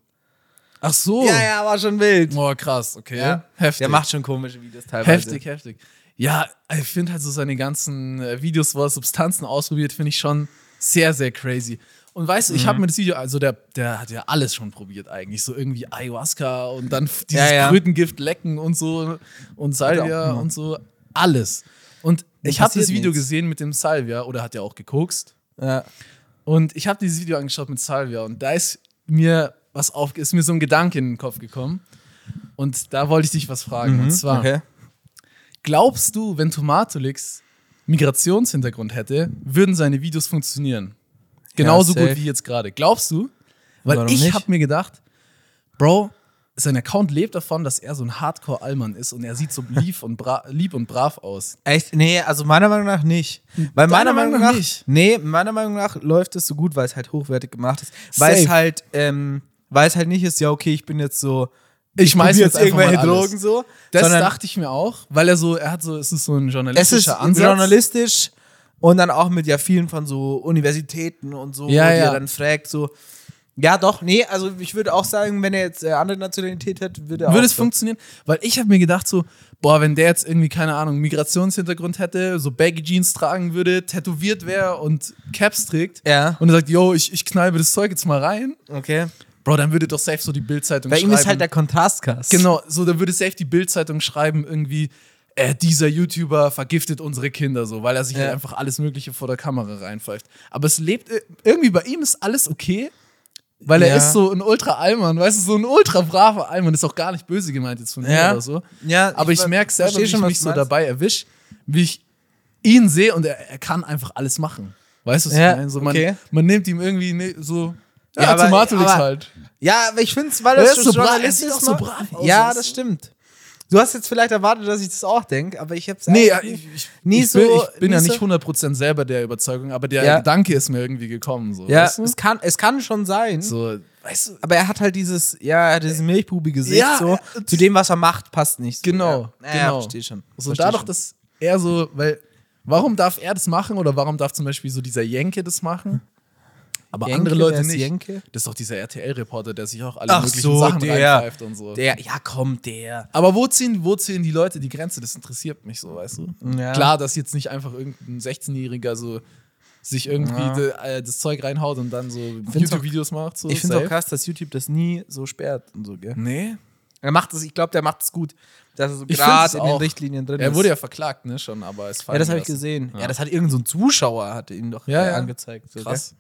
Speaker 1: ach so.
Speaker 2: Ja, ja, war schon wild.
Speaker 1: Boah, Oh, krass, okay.
Speaker 2: Ja.
Speaker 1: Oh. Heftig.
Speaker 2: Der macht schon komische Videos teilweise.
Speaker 1: heftig, heftig. Ja, ich finde halt so seine ganzen äh, Videos, wo er Substanzen ausprobiert, finde ich schon sehr, sehr crazy. Und weißt du, ich
Speaker 2: Mhm.
Speaker 1: habe mir das Video, also der, der hat ja alles schon probiert eigentlich. So irgendwie Ayahuasca und dann f- dieses
Speaker 2: Ja, ja.
Speaker 1: Krötengift lecken und so und Salvia
Speaker 2: gemacht.
Speaker 1: und so. Alles. Und
Speaker 2: Dem
Speaker 1: ich habe
Speaker 2: passiert
Speaker 1: das Video
Speaker 2: nichts.
Speaker 1: gesehen mit dem Salvia, oder hat ja auch gekokst.
Speaker 2: Ja.
Speaker 1: Und ich habe dieses Video angeschaut mit Salvia und da ist mir was auf, ist mir so ein Gedanke in den Kopf gekommen. Und da wollte ich dich was fragen. und zwar,
Speaker 2: Mhm, Okay.
Speaker 1: glaubst du, wenn Tomatolix Migrationshintergrund hätte, würden seine Videos funktionieren? Genauso
Speaker 2: safe.
Speaker 1: gut wie jetzt gerade. Glaubst du? Weil
Speaker 2: Warum
Speaker 1: ich
Speaker 2: nicht?
Speaker 1: habe mir gedacht, Bro, sein Account lebt davon, dass er so ein Hardcore-Allmann ist und er sieht so lieb und, bra lieb und brav aus.
Speaker 2: Echt? Nee, also meiner Meinung nach nicht. Weil
Speaker 1: Deiner
Speaker 2: meiner Meinung,
Speaker 1: Meinung
Speaker 2: nach,
Speaker 1: nach nicht?
Speaker 2: nee, meiner Meinung nach läuft es so gut, weil es halt hochwertig gemacht ist. Weil es
Speaker 1: Safe.
Speaker 2: halt, ähm, weil es halt nicht ist, ja, okay, ich bin jetzt so,
Speaker 1: Ich schmeiß
Speaker 2: probier
Speaker 1: jetzt einfach mal alles.
Speaker 2: Drogen so.
Speaker 1: Das
Speaker 2: sondern
Speaker 1: dachte ich mir auch, weil er so, er hat so, es ist so ein
Speaker 2: es
Speaker 1: journalistischer
Speaker 2: ist
Speaker 1: Ansatz.
Speaker 2: journalistisch und dann auch mit ja vielen von so Universitäten und so,
Speaker 1: Ja,
Speaker 2: die
Speaker 1: ja.
Speaker 2: er dann fragt, so. Ja, doch, nee, also ich würde auch sagen, wenn er jetzt äh, andere Nationalität hätte, würde er
Speaker 1: Würde
Speaker 2: auch
Speaker 1: es
Speaker 2: so.
Speaker 1: funktionieren? Weil ich habe mir gedacht so, boah, wenn der jetzt irgendwie, keine Ahnung, Migrationshintergrund hätte, so Baggy Jeans tragen würde, tätowiert wäre und Caps trägt
Speaker 2: Ja.
Speaker 1: und er sagt, yo, ich, ich knalbe das Zeug jetzt mal rein,
Speaker 2: Okay.
Speaker 1: Bro, dann würde doch safe so die Bildzeitung
Speaker 2: Bei
Speaker 1: schreiben.
Speaker 2: ihm ist halt der Kontrast krass.
Speaker 1: genau, so, dann würde safe die Bildzeitung schreiben irgendwie, äh, dieser YouTuber vergiftet unsere Kinder so, weil er sich
Speaker 2: Ja.
Speaker 1: halt einfach alles Mögliche vor der Kamera reinpfeift. Aber es lebt, ir- irgendwie bei ihm ist alles okay, weil er
Speaker 2: Ja.
Speaker 1: ist so ein Ultra-Allmann, weißt du, so ein ultra braver Allmann, ist auch gar nicht böse gemeint jetzt von mir
Speaker 2: Ja.
Speaker 1: oder so.
Speaker 2: Ja,
Speaker 1: Aber ich,
Speaker 2: ver-
Speaker 1: merke selber, wie
Speaker 2: versteh
Speaker 1: ich
Speaker 2: was
Speaker 1: mich
Speaker 2: du
Speaker 1: so
Speaker 2: meinst.
Speaker 1: dabei erwische, wie ich ihn sehe und er, er kann einfach alles machen. Weißt du, was
Speaker 2: Ja,
Speaker 1: ich meine? So, man,
Speaker 2: okay.
Speaker 1: man nimmt ihm irgendwie ne, so.
Speaker 2: Ja,
Speaker 1: Ja,
Speaker 2: aber-
Speaker 1: Tomatolix
Speaker 2: aber-
Speaker 1: halt.
Speaker 2: Ja, aber ich finde es, weil
Speaker 1: Er
Speaker 2: das
Speaker 1: ist so brav, er
Speaker 2: journalistisch
Speaker 1: sieht auch
Speaker 2: ist.
Speaker 1: so
Speaker 2: macht.
Speaker 1: brav aus
Speaker 2: ja,
Speaker 1: und
Speaker 2: das
Speaker 1: so.
Speaker 2: stimmt. Du hast jetzt vielleicht erwartet, dass ich das auch denke, aber ich hab's
Speaker 1: Nee, äh, ja,
Speaker 2: eigentlich
Speaker 1: ich,
Speaker 2: nie-
Speaker 1: ich,
Speaker 2: nie
Speaker 1: ich
Speaker 2: so.
Speaker 1: bin, ich bin
Speaker 2: nie
Speaker 1: ja
Speaker 2: so-
Speaker 1: nicht 100% selber der Überzeugung, aber der
Speaker 2: Ja.
Speaker 1: Gedanke ist mir irgendwie gekommen. So,
Speaker 2: Ja,
Speaker 1: weißt du?
Speaker 2: es kann, es kann schon sein.
Speaker 1: so, weißt du?
Speaker 2: Aber er hat halt dieses, ja, er hat dieses milchbubige
Speaker 1: Ja,
Speaker 2: Gesicht so.
Speaker 1: äh,
Speaker 2: Zu dem, was er macht, passt nicht. So.
Speaker 1: Genau,
Speaker 2: Ja, ja
Speaker 1: genau.
Speaker 2: verstehe schon.
Speaker 1: So,
Speaker 2: versteh
Speaker 1: dadurch,
Speaker 2: schon.
Speaker 1: dass er so, weil, warum darf er das machen oder warum darf zum Beispiel so dieser Jenke das machen? Aber
Speaker 2: Jenke,
Speaker 1: andere
Speaker 2: wer
Speaker 1: Leute
Speaker 2: ist
Speaker 1: nicht.
Speaker 2: Jenke?
Speaker 1: Das ist doch dieser RTL-Reporter, der sich auch alle
Speaker 2: Ach
Speaker 1: möglichen
Speaker 2: so,
Speaker 1: Sachen
Speaker 2: der.
Speaker 1: reinpfeift und so.
Speaker 2: Der, ja, komm, der.
Speaker 1: Aber wo ziehen, wo ziehen die Leute die Grenze? Das interessiert mich so, weißt du?
Speaker 2: Ja.
Speaker 1: Klar, dass jetzt nicht einfach irgendein 16-Jähriger so sich irgendwie
Speaker 2: Ja.
Speaker 1: de, äh, das Zeug reinhaut und dann so
Speaker 2: find's
Speaker 1: YouTube-Videos macht. So
Speaker 2: Ich finde es auch
Speaker 1: safe.
Speaker 2: krass, dass YouTube das nie so sperrt und so, gell?
Speaker 1: Nee.
Speaker 2: Er macht es, ich glaube, der macht es gut, dass er so
Speaker 1: Ich find's
Speaker 2: gerade in den
Speaker 1: auch.
Speaker 2: Richtlinien drin
Speaker 1: Er
Speaker 2: ist.
Speaker 1: wurde ja verklagt, ne, schon, aber es
Speaker 2: Ja, das habe ich gesehen. Ja,
Speaker 1: Ja.
Speaker 2: das hat irgend so ein Zuschauer hatte ihn doch
Speaker 1: Ja,
Speaker 2: äh,
Speaker 1: ja.
Speaker 2: angezeigt. So,
Speaker 1: Krass.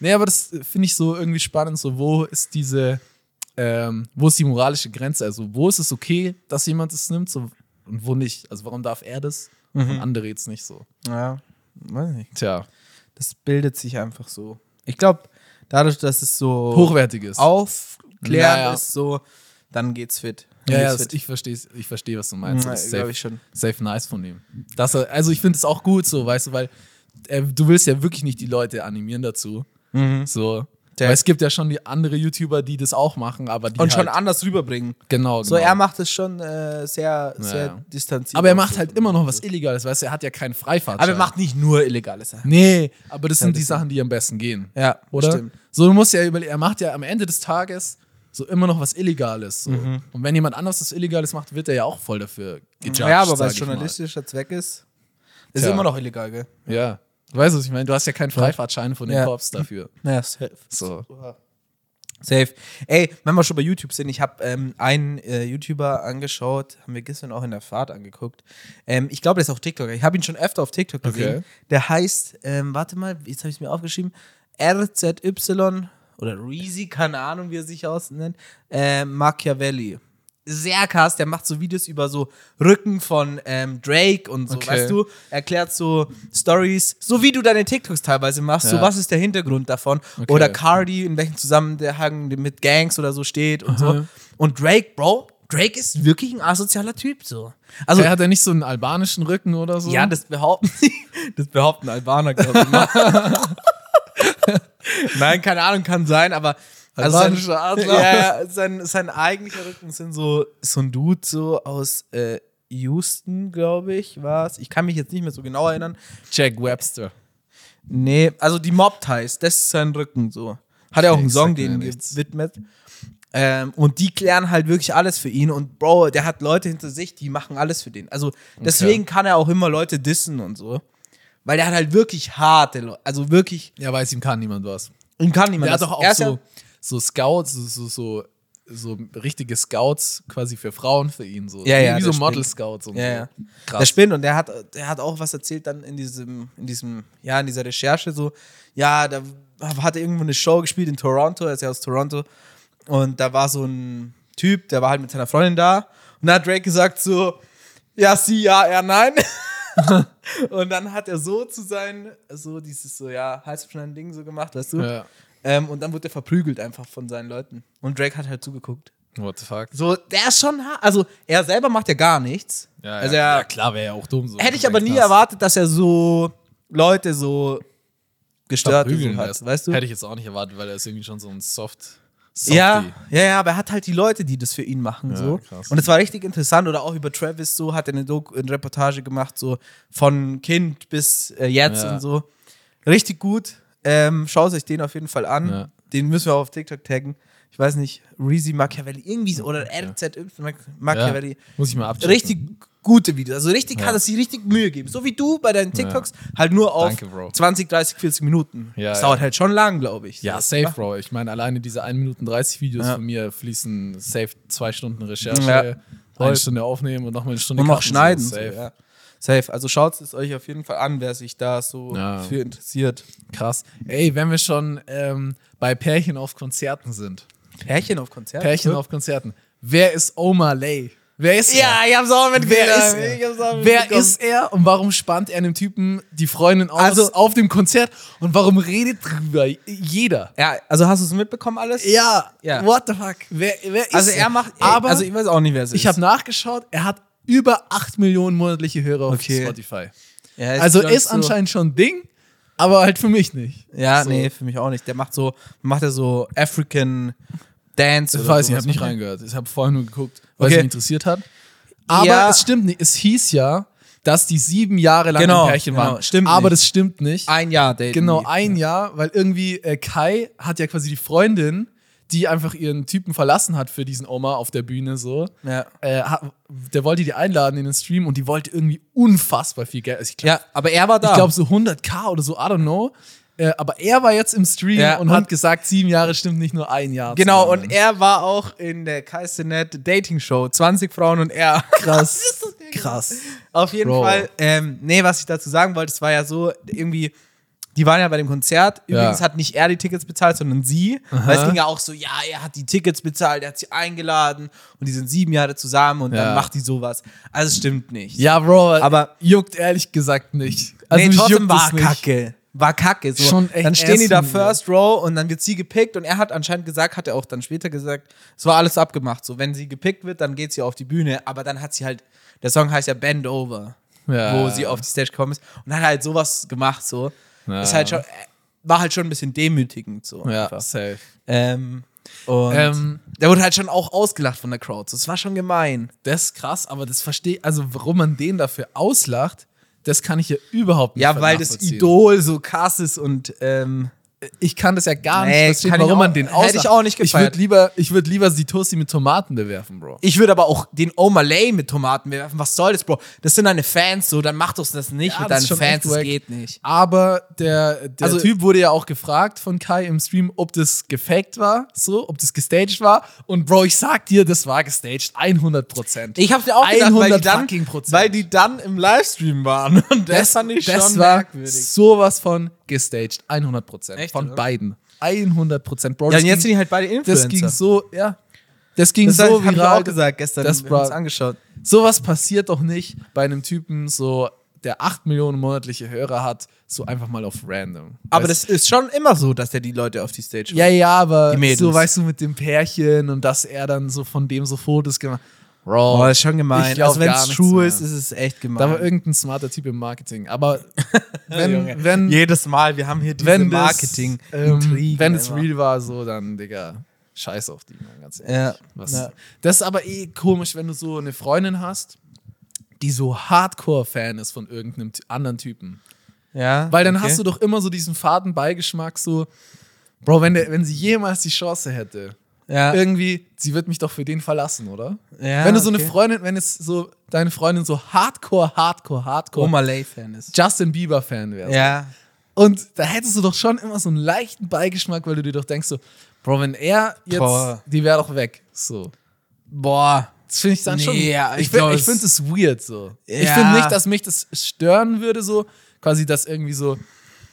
Speaker 1: Nee, aber das äh, finde ich so irgendwie spannend, so wo ist diese, ähm, wo ist die moralische Grenze? Also wo ist es okay, dass jemand es nimmt so, und wo nicht? Also warum darf er das
Speaker 2: Mhm.
Speaker 1: und andere jetzt nicht so?
Speaker 2: gell? Ja, weiß nicht.
Speaker 1: Tja,
Speaker 2: Das bildet sich einfach so. Ich glaube, dadurch, dass es so
Speaker 1: hochwertiges.
Speaker 2: aufklären
Speaker 1: Ja, ja.
Speaker 2: ist, so, dann geht's fit. Dann
Speaker 1: Ja, ja,
Speaker 2: geht's
Speaker 1: das- ich verstehe, ich verstehe, was du meinst.
Speaker 2: Ja,
Speaker 1: Das ist
Speaker 2: glaub
Speaker 1: safe,
Speaker 2: ich schon.
Speaker 1: safe nice von ihm. Dass er, also ich finde es auch gut so, weißt du, weil äh, du willst ja wirklich nicht die Leute animieren dazu. So,
Speaker 2: Mhm. Der-
Speaker 1: Weil es gibt ja schon die andere YouTuber, die das auch machen, aber die
Speaker 2: Und schon
Speaker 1: halt,
Speaker 2: anders rüberbringen.
Speaker 1: genau, genau.
Speaker 2: So, er macht es schon äh, sehr, sehr
Speaker 1: ja.
Speaker 2: distanziert.
Speaker 1: aber er macht halt immer noch was Illegales, weißt du, er hat ja keinen Freifahrtschein.
Speaker 2: Aber er macht nicht nur illegale Sachen.
Speaker 1: Nee, aber das sind die
Speaker 2: das
Speaker 1: Sachen, die am besten gehen.
Speaker 2: Ja,
Speaker 1: Oder?
Speaker 2: stimmt.
Speaker 1: So, du musst ja überlegen, er macht ja am Ende des Tages so immer noch was Illegales. So. Und wenn jemand anderes was Illegales macht, wird er ja auch voll dafür gejudged.
Speaker 2: Mhm. ja, aber weil
Speaker 1: sag
Speaker 2: es
Speaker 1: ich
Speaker 2: journalistischer Zweck ist, ist
Speaker 1: Tja.
Speaker 2: immer noch illegal, gell?
Speaker 1: mal. Ja. Du weißt, was ich meine? Du hast ja keinen Freifahrtschein von den
Speaker 2: Ja.
Speaker 1: Cops dafür.
Speaker 2: Naja, safe.
Speaker 1: So.
Speaker 2: Safe. Ey, wenn wir schon bei YouTube sind, ich habe ähm, einen äh, YouTuber angeschaut, haben wir gestern auch in der Fahrt angeguckt. Ähm, ich glaube, der ist auf TikTok. Ich habe ihn schon öfter auf TikTok gesehen.
Speaker 1: Okay.
Speaker 2: Der heißt, ähm, warte mal, jetzt habe ich es mir aufgeschrieben, RZY oder Reezy, keine Ahnung, wie er sich ausnennt, äh, Machiavelli. Sehr krass, der macht so Videos über so Rücken von ähm, Drake und so,
Speaker 1: Okay.
Speaker 2: weißt du? Erklärt so Stories, so wie du deine TikToks teilweise machst, so
Speaker 1: Ja.
Speaker 2: was ist der Hintergrund davon.
Speaker 1: Okay.
Speaker 2: Oder Cardi, in welchem Zusammenhang mit Gangs oder so steht und so. Und Drake, Bro, Drake ist wirklich ein asozialer Typ, so. Also,
Speaker 1: Also, er hat ja nicht so einen albanischen Rücken oder so.
Speaker 2: ja, das behaupten, das behaupten Albaner, glaube ich. Immer. Nein, keine Ahnung, kann sein, aber.
Speaker 1: Albanischer Adler.
Speaker 2: Ja, ja, sein, sein eigentlicher Rücken sind so, so ein Dude so aus äh, Houston, glaube ich, war's. Ich kann mich jetzt nicht mehr so genau erinnern.
Speaker 1: Jack Webster.
Speaker 2: Nee, also die Mob heißt, das ist sein Rücken so. Hat er auch
Speaker 1: Okay,
Speaker 2: einen
Speaker 1: ich sag
Speaker 2: Song
Speaker 1: mir
Speaker 2: denen
Speaker 1: nichts.
Speaker 2: gewidmet. Ähm, und die klären halt wirklich alles für ihn. Und Bro, der hat Leute hinter sich, die machen alles für den. Also deswegen kann er auch immer Leute dissen und so. Weil der hat halt wirklich harte Leute. Also wirklich,
Speaker 1: Ja, weiß ihm kann niemand was.
Speaker 2: ihm kann niemand.
Speaker 1: Der hat
Speaker 2: das-
Speaker 1: doch
Speaker 2: er
Speaker 1: auch
Speaker 2: ist ja-
Speaker 1: so, so Scouts, so, so, so, so richtige Scouts quasi für Frauen für ihn. So.
Speaker 2: Ja,
Speaker 1: wie,
Speaker 2: ja,
Speaker 1: wie so
Speaker 2: der
Speaker 1: Model
Speaker 2: spinnt.
Speaker 1: Scouts und
Speaker 2: Ja, ja.
Speaker 1: so.
Speaker 2: Der
Speaker 1: Also, Krass.
Speaker 2: spinnt und der hat, der hat auch was erzählt dann in diesem, in diesem, ja, in dieser Recherche so, ja, da hat er irgendwo eine Show gespielt in Toronto, er ist ja aus Toronto und da war so ein Typ, der war halt mit seiner Freundin da und da hat Drake gesagt so, ja, sie, ja, er, nein. und dann hat er so zu sein, so dieses so, ja, halsverschneidende Ding so gemacht, weißt du?
Speaker 1: Ja.
Speaker 2: Ähm, und dann wurde er verprügelt einfach von seinen Leuten und Drake hat halt zugeguckt.
Speaker 1: What the fuck?
Speaker 2: So, der ist schon, har- also er selber macht ja gar nichts.
Speaker 1: Ja,
Speaker 2: also
Speaker 1: ja,
Speaker 2: er,
Speaker 1: ja, klar, wäre ja auch dumm. So
Speaker 2: Hätte ich aber nie
Speaker 1: Knast
Speaker 2: erwartet, dass er so Leute so gestört
Speaker 1: verprügeln
Speaker 2: hat,
Speaker 1: lässt.
Speaker 2: weißt du?
Speaker 1: Hätte ich jetzt auch nicht erwartet, weil er ist irgendwie schon so ein Soft. Softie.
Speaker 2: ja, ja, ja, aber er hat halt die Leute, die das für ihn machen. so.
Speaker 1: krass.
Speaker 2: Und es war richtig interessant. Oder auch über Travis so, hat er eine, Doku, eine Reportage gemacht, so von Kind bis äh, jetzt
Speaker 1: Ja.
Speaker 2: und so. Richtig gut. Ähm, schaut euch den auf jeden Fall an.
Speaker 1: Ja.
Speaker 2: Den müssen wir auch auf TikTok taggen. Ich weiß nicht, Reezy Machiavelli, irgendwie so, oder RZY Machiavelli.
Speaker 1: Ja, muss ich mal abchecken.
Speaker 2: richtig gute Videos. Also richtig
Speaker 1: Ja.
Speaker 2: hat es sich richtig Mühe gegeben. So wie du bei deinen TikToks, halt nur auf
Speaker 1: Danke, Bro.
Speaker 2: 20, 30, 40 Minuten.
Speaker 1: Ja,
Speaker 2: das
Speaker 1: ja.
Speaker 2: dauert halt schon lang, glaube ich.
Speaker 1: Ja,
Speaker 2: So.
Speaker 1: safe, Bro. Ich meine, alleine diese 1 Minuten 30 Videos
Speaker 2: Ja.
Speaker 1: von mir fließen safe zwei Stunden Recherche,
Speaker 2: Ja. Voll.
Speaker 1: eine Stunde aufnehmen und nochmal eine Stunde
Speaker 2: Und noch
Speaker 1: cutten, so
Speaker 2: schneiden. So,
Speaker 1: safe.
Speaker 2: ja. Safe. Also schaut es euch auf jeden Fall an, wer sich da so
Speaker 1: Ja.
Speaker 2: für interessiert.
Speaker 1: Krass. Ey, wenn wir schon ähm, bei Pärchen auf Konzerten sind.
Speaker 2: Pärchen auf Konzert.
Speaker 1: Pärchen auf Konzerten. Wer ist Omar Lay? Wer ist er?
Speaker 2: Ja, ich hab's auch mitbekommen.
Speaker 1: Wer ist
Speaker 2: Ich hab's auch
Speaker 1: er? Wer
Speaker 2: mitbekommen.
Speaker 1: ist er und warum spannt er einem Typen die Freundin aus
Speaker 2: Also-
Speaker 1: auf dem Konzert und warum redet drüber jeder?
Speaker 2: Ja, also hast du es mitbekommen alles?
Speaker 1: Ja,
Speaker 2: Ja.
Speaker 1: what the fuck? Wer, wer ist
Speaker 2: Also er macht. ey,
Speaker 1: aber
Speaker 2: also ich weiß auch nicht, wer es ist.
Speaker 1: ich habe nachgeschaut, er hat über 8 Millionen monatliche Hörer auf
Speaker 2: Okay.
Speaker 1: Spotify.
Speaker 2: Ja, ist,
Speaker 1: Also
Speaker 2: glaub ich,
Speaker 1: ist anscheinend schon ein Ding, aber halt für mich nicht.
Speaker 2: Ja,
Speaker 1: So.
Speaker 2: nee, für mich auch nicht. Der macht so, macht er so African Dance.
Speaker 1: Ich
Speaker 2: oder
Speaker 1: weiß, ich
Speaker 2: sowas.
Speaker 1: habe nicht reingehört. Ich habe vorher nur geguckt, weil
Speaker 2: Okay.
Speaker 1: es mich interessiert hat. Aber
Speaker 2: Ja.
Speaker 1: es stimmt nicht. Es hieß ja, dass die sieben Jahre lang
Speaker 2: Genau,
Speaker 1: ein Pärchen
Speaker 2: genau.
Speaker 1: waren.
Speaker 2: Stimmt
Speaker 1: aber
Speaker 2: nicht.
Speaker 1: das stimmt nicht.
Speaker 2: Ein Jahr daten.
Speaker 1: genau,
Speaker 2: die.
Speaker 1: ein Jahr, weil irgendwie äh, Kai hat ja quasi die Freundin, die einfach ihren Typen verlassen hat für diesen Oma auf der Bühne so.
Speaker 2: Ja.
Speaker 1: Äh, ha- der wollte die einladen in den Stream und die wollte irgendwie unfassbar viel Geld. Also ich glaube,
Speaker 2: Ja, aber er war da.
Speaker 1: glaub so 100k oder so, I don't know. Äh, aber er war jetzt im Stream
Speaker 2: Ja,
Speaker 1: und,
Speaker 2: und-
Speaker 1: hat gesagt, sieben Jahre stimmt nicht nur ein Jahr.
Speaker 2: genau,
Speaker 1: zusammen.
Speaker 2: und er war auch in der Kaisenet Dating Show. 20 Frauen und er.
Speaker 1: krass. krass.
Speaker 2: Auf jeden
Speaker 1: Bro.
Speaker 2: Fall. Ähm, nee, was ich dazu sagen wollte, es war ja so, irgendwie, die waren ja bei dem Konzert.
Speaker 1: Ja.
Speaker 2: Übrigens hat nicht er die Tickets bezahlt, sondern sie. Weil es ging ja auch so, ja, er hat die Tickets bezahlt, er hat sie eingeladen und die sind sieben Jahre zusammen und dann
Speaker 1: Ja.
Speaker 2: macht die sowas. Also es stimmt nicht.
Speaker 1: Ja, Bro,
Speaker 2: Aber-
Speaker 1: aber juckt ehrlich gesagt nicht.
Speaker 2: Also nee,
Speaker 1: mich
Speaker 2: trotzdem
Speaker 1: juckt
Speaker 2: war
Speaker 1: es nicht.
Speaker 2: kacke. War kacke. So.
Speaker 1: Schon echt
Speaker 2: dann stehen die da
Speaker 1: ätzend, ja.
Speaker 2: First Row und dann wird sie gepickt und er hat anscheinend gesagt, hat er auch dann später gesagt, es war alles abgemacht. So, wenn sie gepickt wird, dann geht sie auf die Bühne, aber dann hat sie halt, der Song heißt ja Bend Over,
Speaker 1: Ja.
Speaker 2: wo sie auf die Stage gekommen ist und hat halt sowas gemacht, so.
Speaker 1: Ja.
Speaker 2: Ist halt schon, äh, war halt schon ein bisschen demütigend so.
Speaker 1: Ja,
Speaker 2: einfach.
Speaker 1: safe.
Speaker 2: Ähm, und
Speaker 1: Ähm,
Speaker 2: der wurde halt schon auch ausgelacht von der Crowd. So, Das war schon gemein.
Speaker 1: Das ist krass, aber das verstehe also warum man den dafür auslacht, das kann ich ja überhaupt nicht
Speaker 2: Ja, weil das
Speaker 1: nachvollziehen.
Speaker 2: Idol so krass ist und ähm,
Speaker 1: Ich kann das ja gar
Speaker 2: Nee,
Speaker 1: nicht verstehen,
Speaker 2: kann ich
Speaker 1: warum
Speaker 2: auch-
Speaker 1: man den
Speaker 2: hätte ich
Speaker 1: auslacht.
Speaker 2: auch nicht
Speaker 1: Ich
Speaker 2: gefeiert.
Speaker 1: würde lieber, ich würd lieber die Toasty mit Tomaten bewerfen, Bro.
Speaker 2: ich würde aber auch den O'Malley mit Tomaten werfen. Was soll das, Bro? Das sind deine Fans, so, dann mach doch das nicht
Speaker 1: Ja,
Speaker 2: mit
Speaker 1: das
Speaker 2: deinen
Speaker 1: ist schon
Speaker 2: Fans.
Speaker 1: echt
Speaker 2: Das
Speaker 1: wack.
Speaker 2: geht nicht.
Speaker 1: Aber der, der
Speaker 2: Also-
Speaker 1: Typ wurde ja auch gefragt von Kai im Stream, ob das gefaked war, so, ob das gestaged war. Und Bro, ich sag dir, das war gestaged, 100 Prozent.
Speaker 2: Ich hab's mir auch gedacht, weil die,
Speaker 1: 100
Speaker 2: dann,
Speaker 1: fucking Prozent.
Speaker 2: weil die dann im Livestream waren. Und das, fand ich
Speaker 1: das
Speaker 2: schon
Speaker 1: war
Speaker 2: merkwürdig.
Speaker 1: sowas von gestaged, 100 Prozent.
Speaker 2: Echt,
Speaker 1: Von
Speaker 2: oder?
Speaker 1: beiden. 100 Prozent, Bro.
Speaker 2: Ja,
Speaker 1: das
Speaker 2: und jetzt
Speaker 1: ging-
Speaker 2: sind die halt beide
Speaker 1: Das
Speaker 2: Influencer.
Speaker 1: ging so, ja. Das ging
Speaker 2: das
Speaker 1: so
Speaker 2: hab ich
Speaker 1: viral.
Speaker 2: auch gesagt gestern.
Speaker 1: Das
Speaker 2: wir
Speaker 1: war-
Speaker 2: haben's angeschaut.
Speaker 1: Sowas passiert doch nicht bei einem Typen, so, der 8 Millionen monatliche Hörer hat, so einfach mal auf random.
Speaker 2: Aber
Speaker 1: Weißt
Speaker 2: das ist schon immer so, dass der die Leute auf die Stage
Speaker 1: Ja, ja, aber
Speaker 2: Die Mädels.
Speaker 1: so weißt du mit dem Pärchen und dass er dann so von dem so Fotos gemacht. Bro,
Speaker 2: Oh, ist schon gemein.
Speaker 1: Ich glaub
Speaker 2: also wenn
Speaker 1: gar
Speaker 2: es
Speaker 1: nichts
Speaker 2: true
Speaker 1: mehr.
Speaker 2: ist, ist es echt gemein. Äh,
Speaker 1: da war irgendein smarter Typ im Marketing. Aber wenn
Speaker 2: Junge.
Speaker 1: wenn
Speaker 2: Jedes Mal, wir haben hier diese
Speaker 1: wenn
Speaker 2: Marketing.
Speaker 1: das, ähm, wenn es
Speaker 2: immer.
Speaker 1: real war, so dann Digga, Scheiß auf die. Mann, Ganz ehrlich.
Speaker 2: Ja.
Speaker 1: Was,
Speaker 2: Ja.
Speaker 1: Das ist aber eh komisch, wenn du so eine Freundin hast, die so Hardcore-Fan ist von irgendeinem Ty- anderen Typen.
Speaker 2: Ja,
Speaker 1: Weil dann
Speaker 2: okay.
Speaker 1: hast du doch immer so diesen faden Beigeschmack, so, Bro, wenn, der, wenn sie jemals die Chance hätte,
Speaker 2: Ja.
Speaker 1: irgendwie, sie wird mich doch für den verlassen, oder?
Speaker 2: Ja,
Speaker 1: wenn du so
Speaker 2: okay.
Speaker 1: eine Freundin, wenn es so deine Freundin so hardcore, hardcore, hardcore
Speaker 2: Oma Lay-Fan ist.
Speaker 1: Justin Bieber-Fan wärst.
Speaker 2: Oh Ja.
Speaker 1: Und da hättest du doch schon immer so einen leichten Beigeschmack, weil du dir doch denkst so, Bro, wenn er jetzt,
Speaker 2: Boah.
Speaker 1: die wäre doch weg. So.
Speaker 2: Boah.
Speaker 1: Das finde ich dann
Speaker 2: Nee,
Speaker 1: schon.
Speaker 2: ja, ich
Speaker 1: ich find-
Speaker 2: glaub,
Speaker 1: ich
Speaker 2: es-
Speaker 1: finde es weird so. Ich
Speaker 2: Ja.
Speaker 1: finde nicht, dass mich das stören würde, so quasi, dass irgendwie so.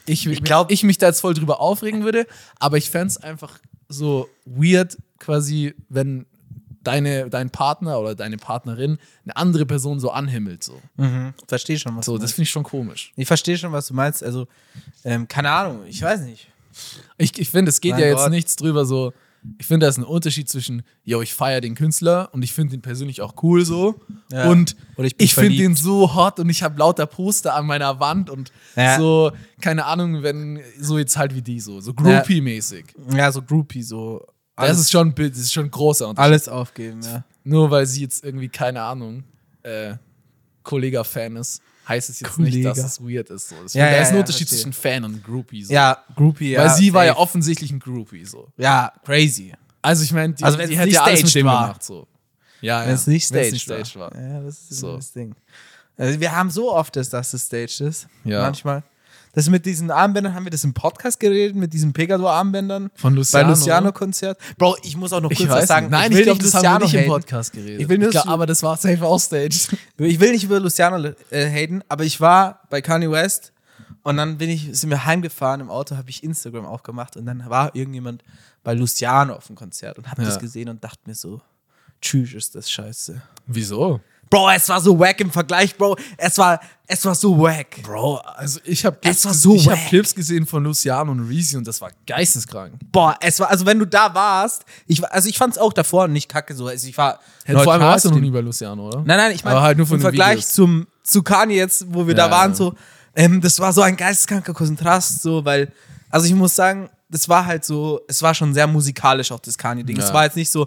Speaker 1: Ich, ich,
Speaker 2: glaub-
Speaker 1: ich mich da jetzt voll drüber aufregen würde, aber ich fände es einfach so weird, quasi, wenn deine, dein Partner oder deine Partnerin eine andere Person so anhimmelt. So,
Speaker 2: Mhm. Verstehe schon, was
Speaker 1: so
Speaker 2: du
Speaker 1: das
Speaker 2: meinst.
Speaker 1: finde ich schon komisch.
Speaker 2: Ich verstehe schon, was du meinst. Also, ähm, keine Ahnung, ich weiß nicht.
Speaker 1: Ich, ich finde, es geht
Speaker 2: Mein
Speaker 1: ja jetzt
Speaker 2: Gott.
Speaker 1: nichts drüber so. Ich finde, da ist ein Unterschied zwischen, yo, ich feiere den Künstler und ich finde ihn persönlich auch cool so.
Speaker 2: Ja.
Speaker 1: Und
Speaker 2: Oder ich
Speaker 1: ich,
Speaker 2: bin
Speaker 1: finde
Speaker 2: verliebt.
Speaker 1: den so hot und ich habe lauter Poster an meiner Wand und
Speaker 2: Ja.
Speaker 1: so, keine Ahnung, wenn, so jetzt halt wie die so, so groupie-mäßig.
Speaker 2: Ja, so groupie, so.
Speaker 1: Das
Speaker 2: Alles,
Speaker 1: ist schon ein Bild, das ist schon ein großer Unterschied.
Speaker 2: alles aufgeben, ja.
Speaker 1: Nur weil sie jetzt irgendwie, keine Ahnung, äh, Kollega-Fan ist, heißt es jetzt nicht,
Speaker 2: Kollega.
Speaker 1: dass es weird ist. So. Ich
Speaker 2: Ja,
Speaker 1: finde, da
Speaker 2: ja,
Speaker 1: ist ein
Speaker 2: ja,
Speaker 1: Unterschied
Speaker 2: verstehe.
Speaker 1: zwischen Fan und Groupie. So.
Speaker 2: Ja, groupie, ja.
Speaker 1: weil sie war ja
Speaker 2: safe.
Speaker 1: offensichtlich ein Groupie so.
Speaker 2: Ja, crazy.
Speaker 1: Also ich meine, die,
Speaker 2: Also wenn's
Speaker 1: die hätte
Speaker 2: nicht
Speaker 1: ja alles mit
Speaker 2: staged
Speaker 1: dem
Speaker 2: war.
Speaker 1: gemacht. So. Ja, ja.
Speaker 2: Wenn es nicht
Speaker 1: Wenn's
Speaker 2: staged,
Speaker 1: staged
Speaker 2: war.
Speaker 1: war.
Speaker 2: Ja, das ist
Speaker 1: So.
Speaker 2: so. das Ding. Also wir haben so oft, dass das gestaged ist.
Speaker 1: Ja.
Speaker 2: Manchmal. Das mit diesen Armbändern, haben wir das im Podcast geredet, mit diesen Pegador-Armbändern?
Speaker 1: Von
Speaker 2: Bei
Speaker 1: Luciano.
Speaker 2: Luciano-Konzert. Bro, ich muss auch noch kurz
Speaker 1: Ich
Speaker 2: was
Speaker 1: weiß
Speaker 2: sagen.
Speaker 1: sagen, nein,
Speaker 2: will
Speaker 1: ich, glaube,
Speaker 2: nicht
Speaker 1: das haben wir nicht im
Speaker 2: haten.
Speaker 1: Podcast geredet.
Speaker 2: Ich will nur
Speaker 1: glaub,
Speaker 2: zu-
Speaker 1: aber das war safe auch staged.
Speaker 2: Ich will nicht über Luciano äh, haten, aber ich war bei Kanye West und dann bin ich, sind wir heimgefahren im Auto, habe ich Instagram aufgemacht und dann war irgendjemand bei Luciano auf dem Konzert und habe
Speaker 1: Ja.
Speaker 2: das gesehen und dachte mir so, tschüss, ist das scheiße.
Speaker 1: Wieso?
Speaker 2: Bro, es war so wack im Vergleich, Bro. Es war, es war so wack.
Speaker 1: Bro, also ich habe
Speaker 2: Es
Speaker 1: Clips,
Speaker 2: war so
Speaker 1: ich hab
Speaker 2: wack.
Speaker 1: Clips gesehen von Luciano und Reezy und das war geisteskrank.
Speaker 2: Boah, es war, also wenn du da warst, ich, war- also ich fand es auch davor nicht kacke so. Also ich war
Speaker 1: Hey, vor allem
Speaker 2: neutral
Speaker 1: warst du
Speaker 2: zu
Speaker 1: noch
Speaker 2: dem-
Speaker 1: nie bei Luciano, oder?
Speaker 2: Nein, nein, ich meine,
Speaker 1: Aber halt nur von
Speaker 2: im
Speaker 1: den
Speaker 2: Vergleich
Speaker 1: Videos.
Speaker 2: zum, zu Kanye jetzt, wo wir
Speaker 1: Ja,
Speaker 2: da waren,
Speaker 1: ja.
Speaker 2: so, ähm, das war so ein geisteskranker Kontrast, so, weil, also ich muss sagen, das war halt so, es war schon sehr musikalisch auch das Kanye-Ding.
Speaker 1: Ja.
Speaker 2: Es war jetzt nicht so,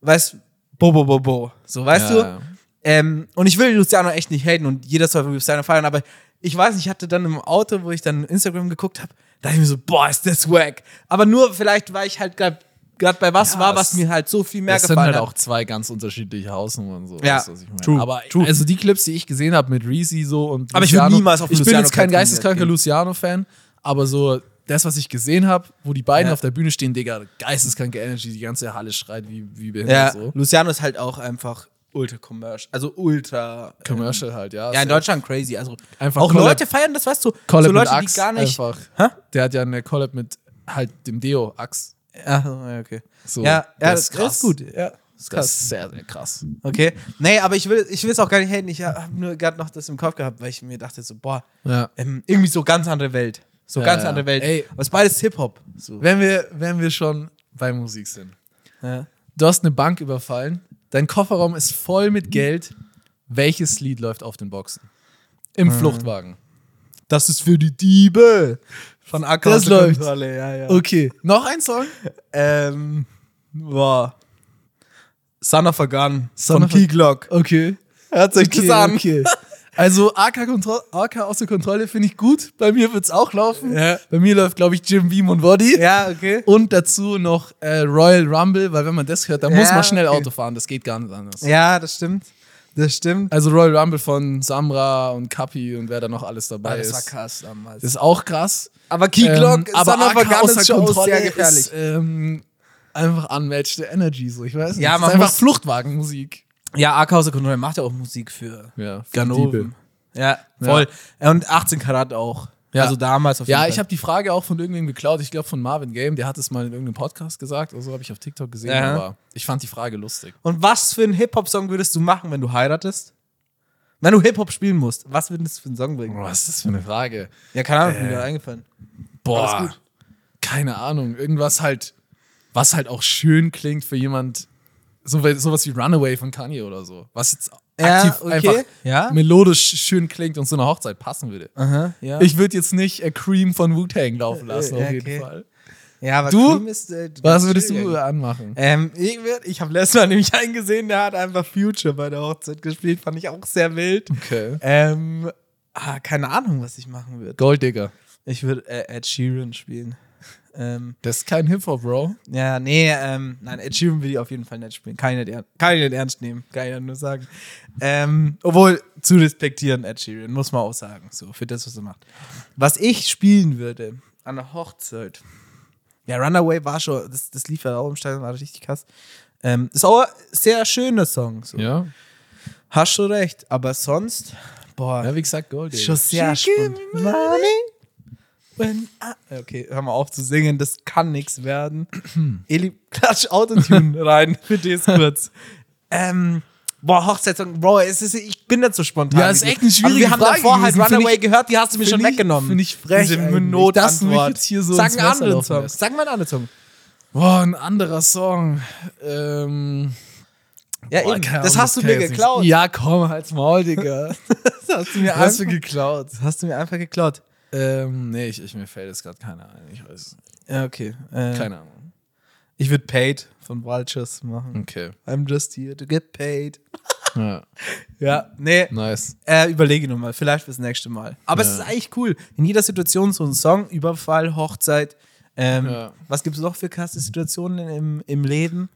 Speaker 2: weißt, bo, bo, bo, bo, so, weißt
Speaker 1: Ja,
Speaker 2: du?
Speaker 1: ja.
Speaker 2: Ähm, und ich will Luciano echt nicht haten und jeder soll Luciano feiern, aber ich weiß nicht, ich hatte dann im Auto, wo ich dann Instagram geguckt habe, dachte ich mir so, boah, ist das wack. Aber nur vielleicht, weil ich halt gerade bei was
Speaker 1: Ja,
Speaker 2: war, was
Speaker 1: es-
Speaker 2: mir halt so viel mehr
Speaker 1: Das
Speaker 2: gefallen
Speaker 1: sind halt
Speaker 2: hat.
Speaker 1: auch zwei ganz unterschiedliche Hausnummern. So,
Speaker 2: Ja,
Speaker 1: weißt du, was ich meine.
Speaker 2: true,
Speaker 1: Aber
Speaker 2: true.
Speaker 1: also die Clips, die ich gesehen habe mit Reezy so und
Speaker 2: Aber ich würd niemals auf
Speaker 1: Ich bin
Speaker 2: Luciano
Speaker 1: jetzt kein
Speaker 2: Konzert
Speaker 1: geisteskranker
Speaker 2: gehen.
Speaker 1: Luciano-Fan, aber so das, was ich gesehen habe, wo die beiden
Speaker 2: Ja.
Speaker 1: auf der Bühne stehen, Digga, geisteskranke Energy, die ganze Halle schreit wie, wie behindert
Speaker 2: Ja,
Speaker 1: so.
Speaker 2: Luciano ist halt auch einfach ultra commercial, also ultra.
Speaker 1: Commercial halt, ja.
Speaker 2: Ähm, ja, in
Speaker 1: So.
Speaker 2: Deutschland crazy. Also
Speaker 1: Einfach
Speaker 2: auch
Speaker 1: Collab-
Speaker 2: Leute feiern das, weißt du?
Speaker 1: Collab
Speaker 2: so Leute,
Speaker 1: mit Axe
Speaker 2: die gar nicht.
Speaker 1: einfach.
Speaker 2: Hä?
Speaker 1: Der hat ja eine Collab mit halt dem Deo, Axe.
Speaker 2: Ach, ja, okay.
Speaker 1: So,
Speaker 2: ja, ja,
Speaker 1: das
Speaker 2: das
Speaker 1: ist
Speaker 2: ist
Speaker 1: krass.
Speaker 2: gut. Ja, ist
Speaker 1: Das
Speaker 2: krass.
Speaker 1: ist sehr, sehr krass.
Speaker 2: Okay. Nee, aber ich will es auch gar nicht haten. Ich habe nur gerade noch das im Kopf gehabt, weil ich mir dachte so, boah,
Speaker 1: Ja.
Speaker 2: ähm, irgendwie so ganz andere Welt. So
Speaker 1: Ja,
Speaker 2: ganz
Speaker 1: ja.
Speaker 2: andere Welt.
Speaker 1: Ey.
Speaker 2: Aber es ist beides Hip-Hop. So.
Speaker 1: Wenn wir, wenn wir schon bei Musik sind.
Speaker 2: Ja.
Speaker 1: Du hast eine Bank überfallen, dein Kofferraum ist voll mit Geld. Welches
Speaker 2: Hm.
Speaker 1: Lied läuft auf den Boxen? Im Fluchtwagen.
Speaker 2: Das ist für die Diebe. Von Acker
Speaker 1: Das
Speaker 2: zur
Speaker 1: läuft.
Speaker 2: Kontrolle, ja, ja.
Speaker 1: Okay, noch ein Song?
Speaker 2: Ähm, boah. Son of a Gun
Speaker 1: Son
Speaker 2: von
Speaker 1: of a-
Speaker 2: P-Glock.
Speaker 1: Okay.
Speaker 2: Hört euch
Speaker 1: Okay,
Speaker 2: das an.
Speaker 1: okay. Also AK, Kontro AK außer Kontrolle finde ich gut. Bei mir wird es auch laufen.
Speaker 2: Ja.
Speaker 1: Bei mir läuft, glaube ich, Jim Beam und Body.
Speaker 2: Ja, okay.
Speaker 1: Und dazu noch äh, Royal Rumble, weil wenn man das hört, dann muss
Speaker 2: Ja,
Speaker 1: man schnell
Speaker 2: okay.
Speaker 1: Auto fahren. Das geht gar nicht anders.
Speaker 2: Ja, das stimmt. Das stimmt.
Speaker 1: Also Royal Rumble von Samra und Kapi und wer da noch alles dabei ist.
Speaker 2: krass damals.
Speaker 1: Das ist auch krass.
Speaker 2: aber Key Glock,
Speaker 1: ähm, aber
Speaker 2: Son of a
Speaker 1: AK
Speaker 2: Gun
Speaker 1: außer
Speaker 2: ist schon
Speaker 1: Kontrolle
Speaker 2: sehr gefährlich.
Speaker 1: Ist, ähm, einfach unmatched Energy, so ich weiß nicht.
Speaker 2: Ja,
Speaker 1: das
Speaker 2: man
Speaker 1: ist einfach
Speaker 2: muss-
Speaker 1: Fluchtwagenmusik.
Speaker 2: ja, Arkhauser Kontrolle macht ja auch Musik für
Speaker 1: Ja, für Diebe.
Speaker 2: Ganoven. Ja, voll. Ja. Und 18 Karat auch.
Speaker 1: Ja.
Speaker 2: Also damals auf jeden
Speaker 1: Ja,
Speaker 2: Fall.
Speaker 1: ich habe die Frage auch von irgendwem geklaut. Ich glaube von Marvin Game, der hat es mal in irgendeinem Podcast gesagt oder so, habe ich auf TikTok gesehen,
Speaker 2: Ja.
Speaker 1: aber ich fand die Frage lustig.
Speaker 2: Und was für einen Hip-Hop-Song würdest du machen, wenn du heiratest? Wenn du Hip-Hop spielen musst, was würdest du für einen Song bringen?
Speaker 1: Boah, was ist das für eine Frage?
Speaker 2: Ja, keine Ahnung,
Speaker 1: Äh.
Speaker 2: mir gerade eingefallen. Alles
Speaker 1: Boah,
Speaker 2: gut.
Speaker 1: keine Ahnung. Irgendwas halt, was halt auch schön klingt für jemand, so, we- sowas wie Runaway von Kanye oder so. Was jetzt
Speaker 2: Ja,
Speaker 1: aktiv
Speaker 2: okay.
Speaker 1: einfach
Speaker 2: Ja.
Speaker 1: melodisch schön klingt und zu einer Hochzeit passen würde.
Speaker 2: Aha, ja.
Speaker 1: Ich würde jetzt nicht äh, Cream von Wu-Tang laufen lassen,
Speaker 2: Äh,
Speaker 1: auf jeden
Speaker 2: okay.
Speaker 1: Fall.
Speaker 2: ja, aber
Speaker 1: Du?
Speaker 2: Cream Ist, äh,
Speaker 1: Was würdest
Speaker 2: schwierig.
Speaker 1: du äh, anmachen?
Speaker 2: Ähm, ich würd- ich habe letztes Mal nämlich einen gesehen, der hat einfach Future bei der Hochzeit gespielt, fand ich auch sehr wild.
Speaker 1: Okay.
Speaker 2: Ähm, ah, keine Ahnung, was ich machen würde.
Speaker 1: Golddigger.
Speaker 2: Ich würde äh, Ed Sheeran spielen. Ähm,
Speaker 1: Das ist kein Hip-Hop, Bro.
Speaker 2: Ja, nee, ähm, nein, Ed Sheeran will ich auf jeden Fall nicht spielen. Kann ich nicht, ernst, kann ich nicht ernst nehmen, kann ich ja nur sagen. Ähm, obwohl, zu respektieren Ed Sheeran, muss man auch sagen, so, für das, was er macht. Was ich spielen würde an der Hochzeit, ja, Runaway war schon, das, das lief ja auch im Stadion, war richtig krass. Ähm, ist auch ein sehr schöner Song, so.
Speaker 1: Ja.
Speaker 2: Hast schon recht, aber sonst, boah,
Speaker 1: Ja, wie gesagt, Golddigger.
Speaker 2: ist schon sehr
Speaker 1: She give
Speaker 2: spannend.
Speaker 1: me
Speaker 2: When I- Okay, hör mal auf zu singen, das kann nichts werden. Eli, klatsch Autotune rein für das kurz. Ähm, boah, Hochzeitssong, Bro, es ist, ich bin nicht so spontan.
Speaker 1: Ja, ist
Speaker 2: wie du.
Speaker 1: echt eine schwierige
Speaker 2: Aber Wir haben
Speaker 1: Frage
Speaker 2: davor halt
Speaker 1: gewesen, find
Speaker 2: Runaway
Speaker 1: ich-
Speaker 2: gehört, die hast du mir
Speaker 1: find
Speaker 2: schon
Speaker 1: ich-
Speaker 2: weggenommen.
Speaker 1: find ich frech
Speaker 2: Diese
Speaker 1: eigentlich,
Speaker 2: Notantwort.
Speaker 1: dass du mich jetzt hier so
Speaker 2: Sag
Speaker 1: ins
Speaker 2: einen
Speaker 1: Messer
Speaker 2: anderen
Speaker 1: laufen
Speaker 2: Song.
Speaker 1: lässt.
Speaker 2: Sag mal einen anderen Song.
Speaker 1: Boah, ein anderer Song. Ähm,
Speaker 2: Ja,
Speaker 1: boah,
Speaker 2: eben.
Speaker 1: keine
Speaker 2: Das
Speaker 1: Ahnung,
Speaker 2: hast du
Speaker 1: kann
Speaker 2: mir
Speaker 1: ich jetzt nicht-
Speaker 2: geklaut.
Speaker 1: Ja, komm, halt's Maul, Digga.
Speaker 2: Das hast du mir
Speaker 1: hast du
Speaker 2: einfach-
Speaker 1: geklaut.
Speaker 2: das hast du mir einfach geklaut.
Speaker 1: Ähm, nee, ich, ich, mir fällt jetzt gerade keiner ein. Ich weiß.
Speaker 2: Ja, okay. Äh,
Speaker 1: Keine Ahnung.
Speaker 2: Ich würde Paid von Vultures machen.
Speaker 1: Okay.
Speaker 2: I'm just here to get paid.
Speaker 1: Ja,
Speaker 2: Ja, nee,
Speaker 1: nice.
Speaker 2: äh, überlege nochmal, vielleicht fürs nächste Mal. Aber es
Speaker 1: Ja.
Speaker 2: ist eigentlich cool. In jeder Situation so ein Song, Überfall, Hochzeit. Ähm,
Speaker 1: Ja.
Speaker 2: Was gibt es noch für krasse Situationen im, im Leben?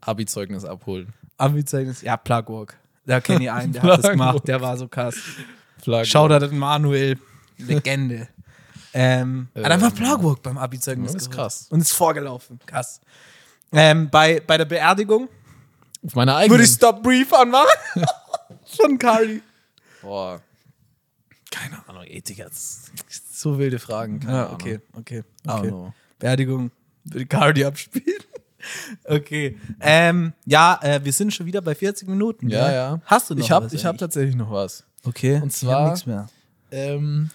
Speaker 1: Abi-Zeugnis abholen.
Speaker 2: Abi-Zeugnis, ja, Plugwalk. Da kenne ich einen, der hat das
Speaker 1: Plug
Speaker 2: gemacht,
Speaker 1: Walk.
Speaker 2: der war so krass.
Speaker 1: Flagge.
Speaker 2: Schau da den Manuel, Legende. ähm, hat
Speaker 1: Ähm,
Speaker 2: einfach Plugwalk beim Abi-Zeugnis.
Speaker 1: ja, ist
Speaker 2: geholt.
Speaker 1: krass.
Speaker 2: Und ist vorgelaufen, krass. Ähm, bei, bei der Beerdigung
Speaker 1: Hm. Auf meiner
Speaker 2: würde
Speaker 1: eigenen.
Speaker 2: ich Stop Brief anmachen. Von Kari.
Speaker 1: Boah. Keine Ahnung, Ethik jetzt. So wilde Fragen. Keine
Speaker 2: Ja,
Speaker 1: Ahnung.
Speaker 2: Ah, okay, okay.
Speaker 1: I don't
Speaker 2: okay.
Speaker 1: know.
Speaker 2: Beerdigung, würde Cardi abspielen. Okay. Ähm, ja, äh, wir sind schon wieder bei 40 Minuten.
Speaker 1: Ja,
Speaker 2: gell?
Speaker 1: ja.
Speaker 2: Hast du noch
Speaker 1: Ich habe
Speaker 2: was
Speaker 1: ich hab
Speaker 2: eigentlich?
Speaker 1: tatsächlich noch was.
Speaker 2: Okay.
Speaker 1: und
Speaker 2: ich hab
Speaker 1: zwar-
Speaker 2: nichts mehr.
Speaker 1: Ähm,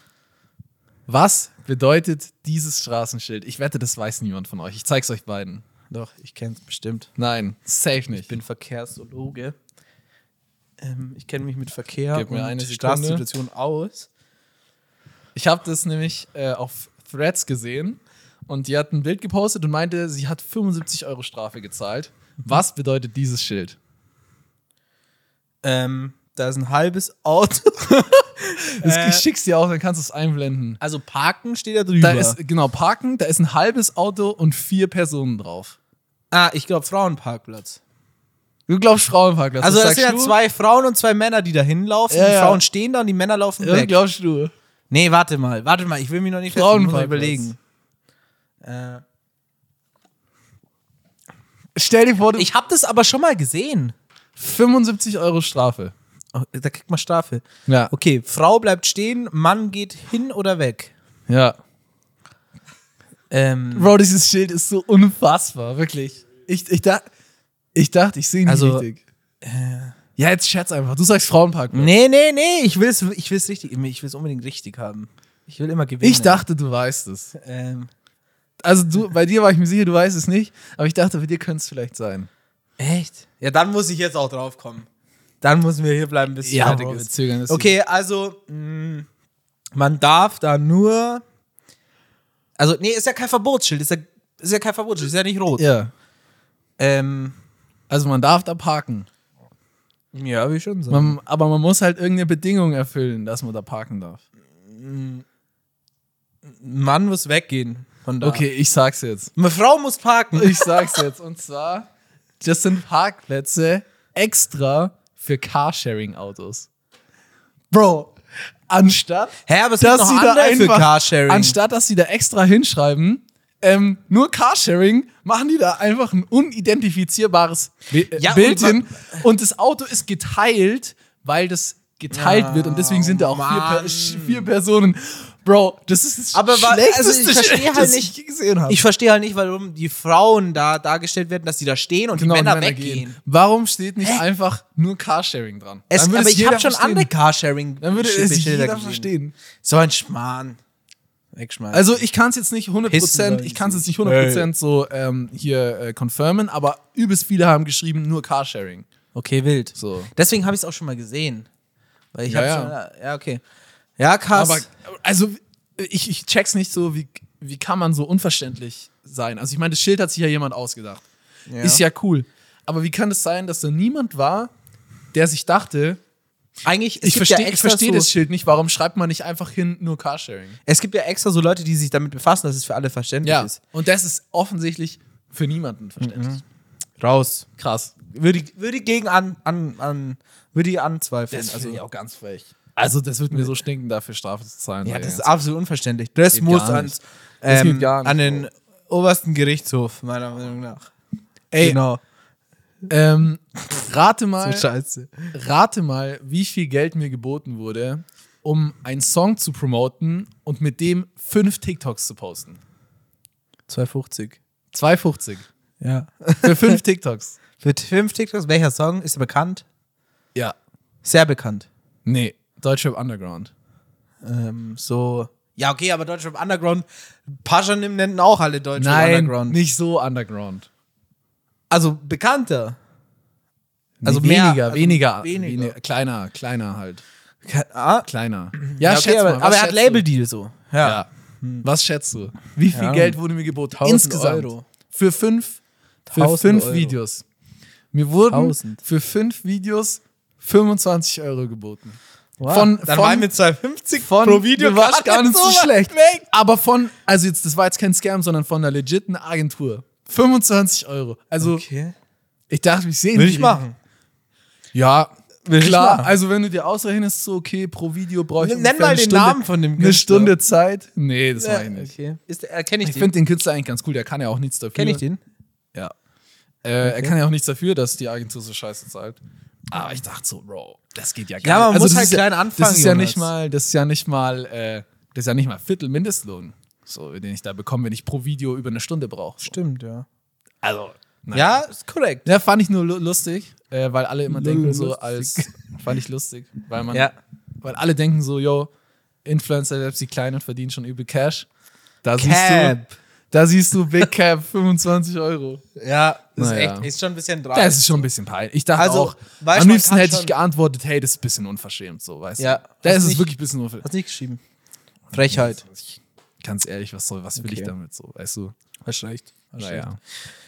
Speaker 1: was bedeutet dieses Straßenschild? Ich wette, das weiß niemand von euch. Ich zeig's euch beiden.
Speaker 2: Doch, ich kenn's bestimmt.
Speaker 1: Nein, safe nicht.
Speaker 2: Ich bin Verkehrsologe. Ähm, ich kenne mich mit Verkehr
Speaker 1: Gib mir
Speaker 2: und
Speaker 1: eine Sekunde.
Speaker 2: Straßensituation aus.
Speaker 1: Ich habe das nämlich äh, auf Threads gesehen und die hat ein Bild gepostet und meinte, sie hat 75 Euro Strafe gezahlt. Was bedeutet dieses Schild?
Speaker 2: Ähm, da ist ein halbes Auto.
Speaker 1: Das,
Speaker 2: Äh.
Speaker 1: ich schick's dir auch, dann kannst du es einblenden.
Speaker 2: Also parken steht da drüber.
Speaker 1: Da ist, genau, parken, da ist ein halbes Auto und vier Personen drauf.
Speaker 2: ah, ich glaube Frauenparkplatz.
Speaker 1: Du glaubst Frauenparkplatz.
Speaker 2: Also
Speaker 1: was
Speaker 2: das sind ja
Speaker 1: sagst du?
Speaker 2: zwei Frauen und zwei Männer, die da hinlaufen.
Speaker 1: Ja,
Speaker 2: die
Speaker 1: ja.
Speaker 2: Frauen stehen da und die Männer laufen
Speaker 1: Ja,
Speaker 2: weg.
Speaker 1: glaubst du?
Speaker 2: Nee, warte mal, warte mal, ich will mich noch nicht
Speaker 1: Frauen-
Speaker 2: festlegen, muss noch
Speaker 1: Parkplatz.
Speaker 2: überlegen. Äh,
Speaker 1: Stell dir vor, du
Speaker 2: ich habe das aber schon mal gesehen.
Speaker 1: 75 Euro Strafe.
Speaker 2: Oh, da kriegt man Strafe.
Speaker 1: Ja.
Speaker 2: Okay, Frau bleibt stehen, Mann geht hin oder weg.
Speaker 1: Ja.
Speaker 2: Ähm,
Speaker 1: Bro, dieses Schild ist so unfassbar, wirklich. Ich, ich, da, ich dachte, ich sehe ihn
Speaker 2: Also,
Speaker 1: nicht richtig. ja, jetzt scherz einfach. Du sagst Frauenparkplatz.
Speaker 2: nee, nee, nee, ich will's, ich will's richtig, ich will's unbedingt richtig haben. Ich will immer gewinnen.
Speaker 1: Ich dachte, du weißt es.
Speaker 2: Ähm,
Speaker 1: Also du, bei dir war ich mir sicher, du weißt es nicht, aber ich dachte, bei dir könnte es vielleicht sein.
Speaker 2: echt? Ja, dann muss ich jetzt auch drauf kommen. Dann müssen wir hier bleiben, bis es
Speaker 1: Ja,
Speaker 2: fertig
Speaker 1: Bro, wir
Speaker 2: ist.
Speaker 1: zögern das
Speaker 2: Okay, also mh, man darf mm, da nur Also, nee, ist ja kein Verbotsschild, ist ja, ist ja kein Verbotsschild, ist ja nicht rot.
Speaker 1: Ja.
Speaker 2: Ähm,
Speaker 1: Also man darf da parken.
Speaker 2: ja, wie schon sagen.
Speaker 1: Man, aber man muss halt irgendeine Bedingung erfüllen, dass man da parken darf.
Speaker 2: Mann muss weggehen von da.
Speaker 1: Okay, ich sag's jetzt.
Speaker 2: Eine Frau muss parken.
Speaker 1: Ich sag's jetzt. Und zwar, das sind Parkplätze extra für Carsharing-Autos. Bro, anstatt,
Speaker 2: Hä, aber es
Speaker 1: dass
Speaker 2: gibt
Speaker 1: sie
Speaker 2: noch
Speaker 1: da
Speaker 2: andere für
Speaker 1: einfach-
Speaker 2: Carsharing.
Speaker 1: anstatt, dass sie da extra hinschreiben, ähm, nur Carsharing, machen die da einfach ein unidentifizierbares Bi- äh,
Speaker 2: Ja,
Speaker 1: Bild
Speaker 2: und wa-
Speaker 1: hin. Und das Auto ist geteilt, weil das geteilt wird. Und deswegen sind da auch vier,
Speaker 2: Ah, Mann.
Speaker 1: per vier Personen. Bro, das ist das
Speaker 2: Aber wa- also ich
Speaker 1: schlechteste
Speaker 2: verstehe
Speaker 1: Shit,
Speaker 2: halt
Speaker 1: das
Speaker 2: nicht-
Speaker 1: ich gesehen habe.
Speaker 2: ich verstehe halt nicht, warum die Frauen da dargestellt werden, dass die da stehen und Genau, die Männer, weggehen.
Speaker 1: Genau, Warum steht nicht einfach nur Carsharing dran?
Speaker 2: Es,
Speaker 1: Dann würde
Speaker 2: aber
Speaker 1: es
Speaker 2: ich
Speaker 1: jeder
Speaker 2: habe schon
Speaker 1: verstehen.
Speaker 2: andere carsharing
Speaker 1: Dann würde es
Speaker 2: Schilder
Speaker 1: jeder
Speaker 2: gesehen.
Speaker 1: verstehen.
Speaker 2: So ein Schmarrn. Wegschmeißen.
Speaker 1: Also ich kann es jetzt nicht 100
Speaker 2: Pissen sollen
Speaker 1: Prozent, ich kann es
Speaker 2: sie.
Speaker 1: jetzt nicht 100 so ähm, hier äh, confirmen, aber übelst viele haben geschrieben nur Carsharing.
Speaker 2: okay, wild.
Speaker 1: So.
Speaker 2: Deswegen habe ich es auch schon mal gesehen. Weil ich
Speaker 1: Ja,
Speaker 2: habe
Speaker 1: ja.
Speaker 2: schon. äh, Ja, okay. Ja, krass.
Speaker 1: Aber also ich, ich check's nicht so, wie wie kann man so unverständlich sein? Also ich meine, das Schild hat sich ja jemand ausgedacht.
Speaker 2: ja.
Speaker 1: Ist ja cool. Aber wie kann es sein, dass da niemand war, der sich dachte,
Speaker 2: eigentlich, es
Speaker 1: ich
Speaker 2: gibt
Speaker 1: verstehe
Speaker 2: ja
Speaker 1: ich
Speaker 2: extra
Speaker 1: verstehe
Speaker 2: so,
Speaker 1: das Schild nicht, warum schreibt man nicht einfach hin nur Carsharing?
Speaker 2: Es gibt ja extra so Leute, die sich damit befassen, dass es für alle verständlich
Speaker 1: Ja,
Speaker 2: ist.
Speaker 1: und das ist offensichtlich für niemanden verständlich.
Speaker 2: Mhm. Raus.
Speaker 1: Krass.
Speaker 2: Würde ich, würde ich gegen an, an, an, würde ich anzweifeln.
Speaker 1: Das
Speaker 2: also,
Speaker 1: finde ich auch ganz frech. Also, das wird mir so stinken, dafür Strafe zu zahlen.
Speaker 2: ja, das ist
Speaker 1: ab.
Speaker 2: absolut unverständlich. Das
Speaker 1: Geht
Speaker 2: muss
Speaker 1: gar nicht.
Speaker 2: ans,
Speaker 1: Das
Speaker 2: ähm,
Speaker 1: geht gar nicht,
Speaker 2: an den obersten Gerichtshof, meiner Meinung nach.
Speaker 1: Ey,
Speaker 2: genau.
Speaker 1: ähm, rate,
Speaker 2: So
Speaker 1: mal,
Speaker 2: scheiße.
Speaker 1: rate mal, wie viel Geld mir geboten wurde, um einen Song zu promoten und mit dem fünf TikToks zu posten.
Speaker 2: 250.
Speaker 1: 2,50.
Speaker 2: Ja.
Speaker 1: Für fünf TikToks.
Speaker 2: Für fünf TikToks, welcher Song ist bekannt?
Speaker 1: Ja.
Speaker 2: Sehr bekannt.
Speaker 1: Nee, Deutschrap Underground.
Speaker 2: Ähm, so. Ja, okay, aber Deutschrap Underground, Paschanim nennen auch alle Deutschrap Underground.
Speaker 1: nicht so Underground.
Speaker 2: Also bekannter.
Speaker 1: Also
Speaker 2: Nee, weniger,
Speaker 1: weniger, weniger,
Speaker 2: also weniger.
Speaker 1: weniger. Kleiner, kleiner halt.
Speaker 2: Ke- Ah,
Speaker 1: Kleiner.
Speaker 2: ja,
Speaker 1: schätz
Speaker 2: okay,
Speaker 1: mal,
Speaker 2: aber,
Speaker 1: was
Speaker 2: aber er hat
Speaker 1: schätzt du?
Speaker 2: Label-Deal so. Ja.
Speaker 1: Ja. Was schätzt du? Wie viel
Speaker 2: Ja.
Speaker 1: Geld wurde mir geboten?
Speaker 2: 1000
Speaker 1: Insgesamt.
Speaker 2: Euro.
Speaker 1: Für fünf, für
Speaker 2: 1000
Speaker 1: fünf
Speaker 2: Euro.
Speaker 1: Videos. Mir wurden
Speaker 2: 1000.
Speaker 1: für fünf Videos 25 Euro geboten.
Speaker 2: Wow.
Speaker 1: Von,
Speaker 2: Dann
Speaker 1: von,
Speaker 2: waren wir 250
Speaker 1: von,
Speaker 2: pro Video.
Speaker 1: du warst gar nicht so
Speaker 2: weit
Speaker 1: schlecht.
Speaker 2: Weg.
Speaker 1: Aber von, also jetzt, das war jetzt kein Scam, sondern von einer legiten Agentur. 25 Euro. Also,
Speaker 2: Okay.
Speaker 1: ich dachte, ich sehe
Speaker 2: Will ich machen.
Speaker 1: Ja,
Speaker 2: Will ich
Speaker 1: klar.
Speaker 2: machen.
Speaker 1: Also, wenn du dir ausrechnest, so, okay, pro Video brauche ich
Speaker 2: Nenn mal
Speaker 1: ungefähr eine
Speaker 2: den
Speaker 1: Stunde,
Speaker 2: Namen von dem
Speaker 1: Eine
Speaker 2: Künstler.
Speaker 1: Stunde Zeit? Nee, das mach ich
Speaker 2: Ja,
Speaker 1: nicht.
Speaker 2: okay. Ist, äh, kenn ich,
Speaker 1: Ich
Speaker 2: den.
Speaker 1: finde den Künstler eigentlich ganz cool, der kann ja auch nichts dafür.
Speaker 2: Kenn ich den?
Speaker 1: Ja. Äh, Er kann ja auch nichts dafür, dass die Agentur so scheiße zahlt. Aber ich dachte so, Bro, das geht ja gar
Speaker 2: Ja, man
Speaker 1: nicht. Also,
Speaker 2: muss
Speaker 1: das
Speaker 2: halt
Speaker 1: ist ja-
Speaker 2: klein anfangen,
Speaker 1: Das ist ja
Speaker 2: Jonas.
Speaker 1: nicht mal, das ist ja nicht mal, äh, das ist ja nicht mal Viertel Mindestlohn, so, den ich da bekomme, wenn ich pro Video über eine Stunde brauche. So.
Speaker 2: Stimmt, ja.
Speaker 1: Also, naja.
Speaker 2: Ja, ist korrekt.
Speaker 1: Ja, fand ich nur lu- lustig, äh, weil alle immer
Speaker 2: Lu-
Speaker 1: denken so
Speaker 2: lustig.
Speaker 1: als, fand ich lustig, weil man,
Speaker 2: Ja.
Speaker 1: weil alle denken so, yo, Influencer, selbst die Kleinen verdienen schon übel Cash. Da siehst
Speaker 2: Cap.
Speaker 1: du, da siehst du Big Cap 25 Euro.
Speaker 2: Ja, ist,
Speaker 1: Naja.
Speaker 2: echt, ist schon ein bisschen dran.
Speaker 1: Das ist schon ein bisschen peinlich. Ich dachte
Speaker 2: Also,
Speaker 1: auch,
Speaker 2: weißt
Speaker 1: am
Speaker 2: du, man
Speaker 1: liebsten
Speaker 2: kann
Speaker 1: hätte ich
Speaker 2: schon-
Speaker 1: geantwortet, hey, das ist ein bisschen unverschämt, so, weißt
Speaker 2: Ja.
Speaker 1: du. Das
Speaker 2: Hast
Speaker 1: ist
Speaker 2: nicht-
Speaker 1: wirklich ein bisschen unverschämt.
Speaker 2: Hast nicht geschrieben. Frechheit.
Speaker 1: Ganz ehrlich, was soll, was will ich
Speaker 2: Okay.
Speaker 1: damit so, weißt du?
Speaker 2: Hast recht.
Speaker 1: Naja.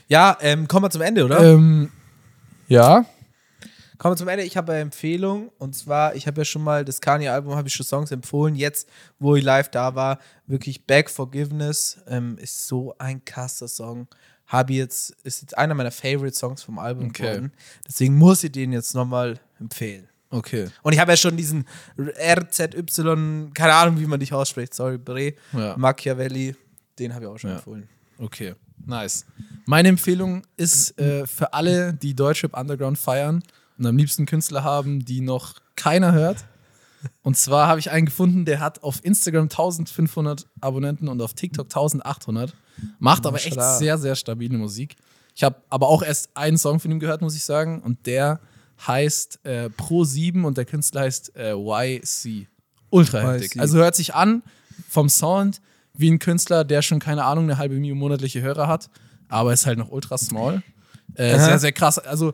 Speaker 2: Ja, ähm, kommen wir zum Ende, oder?
Speaker 1: Ähm, ja.
Speaker 2: Kommen wir zum Ende. Ich habe eine Empfehlung und zwar, ich habe ja schon mal das Kanye-Album, habe ich schon Songs empfohlen. Jetzt, wo ich live da war, wirklich Back Forgiveness ähm, ist so ein krasser Song. Habe jetzt, ist jetzt einer meiner Favorite Songs vom Album
Speaker 1: Okay.
Speaker 2: geworden. Deswegen muss ich den jetzt nochmal empfehlen.
Speaker 1: Okay.
Speaker 2: Und ich habe ja schon diesen RZY, keine Ahnung, wie man dich ausspricht, sorry, Bre,
Speaker 1: Ja.
Speaker 2: Machiavelli, den habe ich auch schon
Speaker 1: Ja.
Speaker 2: empfohlen.
Speaker 1: Okay. Nice. Meine Empfehlung ist äh, für alle, die Deutschrap Underground feiern und am liebsten Künstler haben, die noch keiner hört. Und zwar habe ich einen gefunden, der hat auf Instagram 1500 Abonnenten und auf TikTok 1800. Macht aber echt
Speaker 2: Maschallah.
Speaker 1: sehr, sehr stabile Musik. Ich habe aber auch erst einen Song von ihm gehört, muss ich sagen. Und der heißt äh, Pro7 und der Künstler heißt äh, YC. Ultra heftig.
Speaker 2: YC.
Speaker 1: Also hört sich an vom Sound wie ein Künstler, der schon, keine Ahnung, eine halbe Million monatliche Hörer hat. Aber ist halt noch ultra small. Äh,
Speaker 2: Aha.
Speaker 1: sehr, sehr krass. Also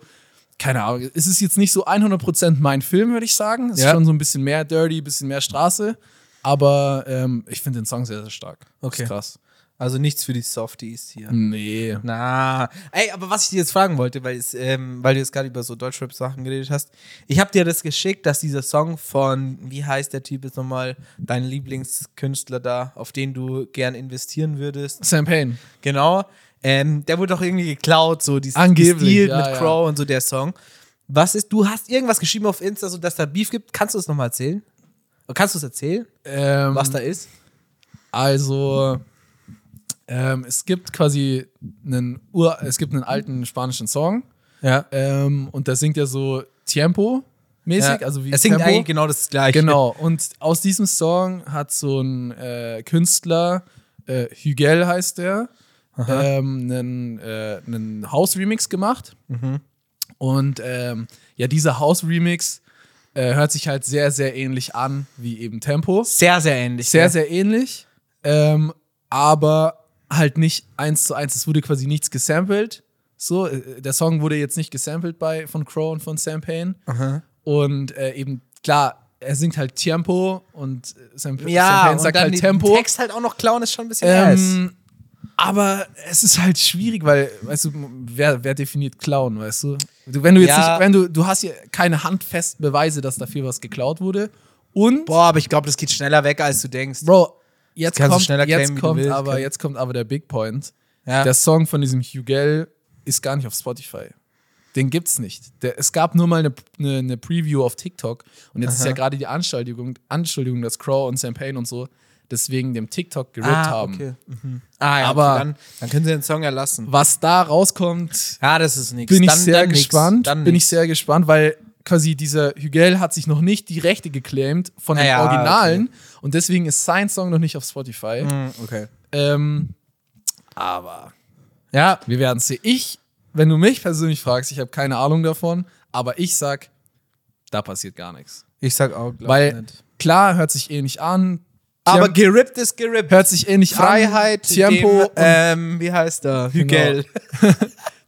Speaker 1: keine Ahnung, es ist jetzt nicht so 100% mein Film, würde ich sagen. Es
Speaker 2: Ja.
Speaker 1: ist schon so ein bisschen mehr Dirty, bisschen mehr Straße. Aber ähm, ich finde den Song sehr, sehr stark.
Speaker 2: Okay.
Speaker 1: Ist krass.
Speaker 2: Also nichts für die Softies hier.
Speaker 1: Nee.
Speaker 2: Na, ey, aber was ich dir jetzt fragen wollte, weil, es, ähm, weil du jetzt gerade über so Deutschrap-Sachen geredet hast, ich habe dir das geschickt, dass dieser Song von, wie heißt der Typ jetzt nochmal, dein Lieblingskünstler da, auf den du gern investieren würdest,
Speaker 1: Sam Payne.
Speaker 2: genau, ähm, der wurde doch irgendwie geklaut, so dieses
Speaker 1: Angeblich,
Speaker 2: gestealt
Speaker 1: ja,
Speaker 2: mit
Speaker 1: ja.
Speaker 2: Crow und so der Song. Was ist, du hast irgendwas geschrieben auf Insta, so dass da Beef gibt, kannst du es nochmal erzählen? Kannst du es erzählen,
Speaker 1: Ähm,
Speaker 2: was da ist?
Speaker 1: Also, ähm, es gibt quasi einen Ur es gibt einen alten spanischen Song
Speaker 2: Ja.
Speaker 1: ähm, und da singt er so Tiempo-mäßig, also wie
Speaker 2: er singt
Speaker 1: Tempo.
Speaker 2: eigentlich genau das gleiche.
Speaker 1: Genau, und aus diesem Song hat so ein äh, Künstler, äh, Hügel heißt der, ähm, einen, äh, einen House-Remix gemacht.
Speaker 2: Mhm.
Speaker 1: Und ähm, ja, dieser House-Remix äh, hört sich halt sehr, sehr ähnlich an wie eben Tempo.
Speaker 2: Sehr, sehr ähnlich.
Speaker 1: Sehr,
Speaker 2: gell?
Speaker 1: sehr ähnlich, ähm, aber halt nicht eins zu eins. Es wurde quasi nichts gesampelt. So, äh, der Song wurde jetzt nicht gesampelt bei, von Crow und von Sam Payne.
Speaker 2: Aha.
Speaker 1: Und äh, eben, klar, er singt halt Tempo und äh, Sam, Sam
Speaker 2: Ja,
Speaker 1: Payne
Speaker 2: und
Speaker 1: sagt
Speaker 2: dann
Speaker 1: halt
Speaker 2: den
Speaker 1: Tempo.
Speaker 2: Text halt auch noch klauen, ist schon ein bisschen ass.
Speaker 1: Ähm, aber es ist halt schwierig, weil, weißt du, wer, wer definiert klauen, weißt du? du wenn du jetzt
Speaker 2: Ja.
Speaker 1: nicht, wenn du, du hast hier keine handfesten Beweise, dass dafür was geklaut wurde. Und
Speaker 2: Boah, aber ich glaube, das geht schneller weg, als du denkst.
Speaker 1: Bro, jetzt
Speaker 2: kannst du
Speaker 1: kommt,
Speaker 2: schneller
Speaker 1: jetzt
Speaker 2: claimen, wie du
Speaker 1: kommt
Speaker 2: willst.
Speaker 1: aber
Speaker 2: Kann-
Speaker 1: jetzt kommt aber der Big Point.
Speaker 2: Ja.
Speaker 1: Der Song von diesem Hugel ist gar nicht auf Spotify. Den gibt's nicht. Der, es gab nur mal eine, eine, eine Preview auf TikTok und jetzt ist ja gerade die Anschuldigung, Anschuldigung, dass Crow und Sam Payne und so deswegen dem TikTok gerippt haben.
Speaker 2: okay. Mhm. Ah, ja,
Speaker 1: Aber-
Speaker 2: okay, dann, dann können sie den Song ja lassen.
Speaker 1: Was da rauskommt,
Speaker 2: Ja, das ist nichts.
Speaker 1: bin ich
Speaker 2: Dann-
Speaker 1: sehr
Speaker 2: dann nix.
Speaker 1: gespannt.
Speaker 2: Dann
Speaker 1: bin
Speaker 2: nix.
Speaker 1: ich sehr gespannt, weil quasi dieser Hugel hat sich noch nicht die Rechte geclaimed von den
Speaker 2: Naja,
Speaker 1: Originalen und deswegen ist sein Song noch nicht auf Spotify.
Speaker 2: Mhm, Okay.
Speaker 1: Ähm, aber ja, wir werden sehen. Ich, wenn du mich persönlich fragst, ich habe keine Ahnung davon, aber ich sag, da passiert gar nichts.
Speaker 2: Ich sag auch, glaub
Speaker 1: Weil
Speaker 2: nicht.
Speaker 1: klar hört sich ähnlich an,
Speaker 2: Aber
Speaker 1: Tiam-
Speaker 2: gerippt ist gerippt.
Speaker 1: hört sich ähnlich
Speaker 2: Freiheit,
Speaker 1: an. Tempo,
Speaker 2: Dem, ähm, wie heißt der? Hügel.
Speaker 1: und,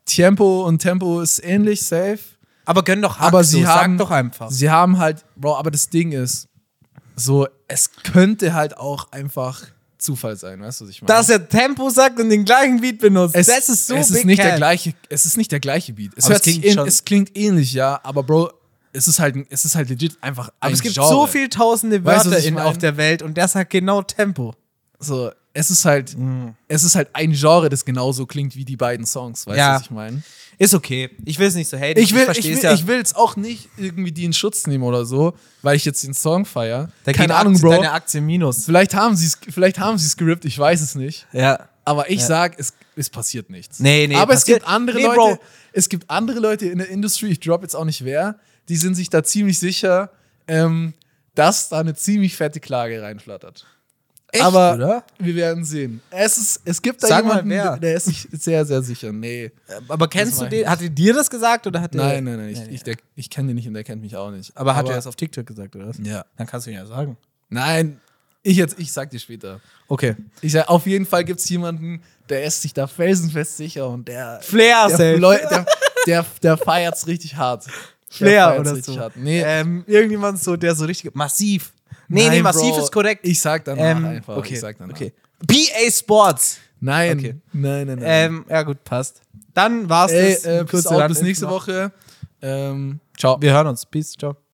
Speaker 1: Tempo und Tempo ist ähnlich safe.
Speaker 2: Aber gönn doch Hack
Speaker 1: Aber
Speaker 2: so,
Speaker 1: sie haben
Speaker 2: sag doch einfach.
Speaker 1: Sie haben halt, Bro, aber das Ding ist, so es könnte halt auch einfach Zufall sein, weißt du, was ich meine?
Speaker 2: Dass er Tempo sagt und den gleichen Beat benutzt.
Speaker 1: Es,
Speaker 2: das ist so
Speaker 1: es ist
Speaker 2: big
Speaker 1: nicht der
Speaker 2: Cat.
Speaker 1: gleiche, es ist nicht der gleiche Beat. Es,
Speaker 2: Aber
Speaker 1: hört
Speaker 2: es
Speaker 1: sich
Speaker 2: klingt
Speaker 1: ähn-
Speaker 2: schon-
Speaker 1: es klingt ähnlich, ja, aber Bro, es ist halt, es ist halt legit einfach ein
Speaker 2: Aber es gibt
Speaker 1: Genre.
Speaker 2: so viel tausende
Speaker 1: Weißt du,
Speaker 2: Wörter
Speaker 1: was ich
Speaker 2: in,
Speaker 1: mein?
Speaker 2: auf der Welt und der sagt genau Tempo.
Speaker 1: So, es ist halt, es ist halt ein Genre, das genauso klingt wie die beiden Songs, weißt du,
Speaker 2: Ja.
Speaker 1: was ich meine?
Speaker 2: Ist okay. Ich will es nicht so haten.
Speaker 1: Ich will, ich,
Speaker 2: versteh's
Speaker 1: will,
Speaker 2: ja.
Speaker 1: ich will es auch nicht irgendwie die in Schutz nehmen oder so, weil ich jetzt den Song feier.
Speaker 2: da
Speaker 1: Keine
Speaker 2: geht
Speaker 1: Ahnung,
Speaker 2: Aktie,
Speaker 1: Bro.
Speaker 2: Deine Aktie minus.
Speaker 1: Vielleicht haben sie es, vielleicht haben sie es gerippt, ich weiß es nicht.
Speaker 2: Ja.
Speaker 1: Aber ich
Speaker 2: Ja.
Speaker 1: sag, es, es passiert nichts.
Speaker 2: Nee, nee,
Speaker 1: Aber
Speaker 2: passiert-
Speaker 1: es gibt andere
Speaker 2: Nee,
Speaker 1: Leute,
Speaker 2: Bro.
Speaker 1: es gibt andere Leute in der Industry, ich drop jetzt auch nicht wer, die sind sich da ziemlich sicher, ähm, dass da eine ziemlich fette Klage reinflattert.
Speaker 2: Echt,
Speaker 1: Aber
Speaker 2: oder?
Speaker 1: wir werden sehen. Es, ist, es gibt da
Speaker 2: Sag mal,
Speaker 1: jemanden,
Speaker 2: wer?
Speaker 1: der ist sich sehr, sehr sicher. Nee.
Speaker 2: Aber kennst
Speaker 1: Das
Speaker 2: du
Speaker 1: mach
Speaker 2: den? Hat er dir das gesagt oder hat der-
Speaker 1: Nein, nein, nein. Ich,
Speaker 2: Nee,
Speaker 1: ich, der- ich kenne den nicht und der kennt mich auch nicht.
Speaker 2: Aber hat er das auf TikTok gesagt oder was?
Speaker 1: Ja.
Speaker 2: Dann kannst du ihn ja sagen.
Speaker 1: Nein, ich jetzt, ich sag dir später.
Speaker 2: Okay.
Speaker 1: Ich sag, auf jeden Fall gibt es jemanden, der ist sich da felsenfest sicher und der
Speaker 2: Flair,
Speaker 1: der,
Speaker 2: safe.
Speaker 1: Leu- der, der, der feiert's richtig hart. Der
Speaker 2: Flair
Speaker 1: feiert's
Speaker 2: oder
Speaker 1: richtig
Speaker 2: so.
Speaker 1: Hart. Nee,
Speaker 2: Ähm, irgendjemand so, der so richtig. Massiv. Nee,
Speaker 1: nein,
Speaker 2: nee, massiv
Speaker 1: Bro.
Speaker 2: ist korrekt.
Speaker 1: Ich sag danach
Speaker 2: Ähm,
Speaker 1: einfach.
Speaker 2: Okay.
Speaker 1: Ich sag danach.
Speaker 2: okay. BA Sports.
Speaker 1: Nein,
Speaker 2: Okay.
Speaker 1: nein, nein, nein.
Speaker 2: Ähm, ja, gut, passt. Dann war's
Speaker 1: Ey,
Speaker 2: das.
Speaker 1: äh,
Speaker 2: Kurze
Speaker 1: bis, auf, bis
Speaker 2: Randinfo
Speaker 1: nächste
Speaker 2: noch.
Speaker 1: Woche. Ähm, ciao.
Speaker 2: Wir hören uns. Peace, ciao.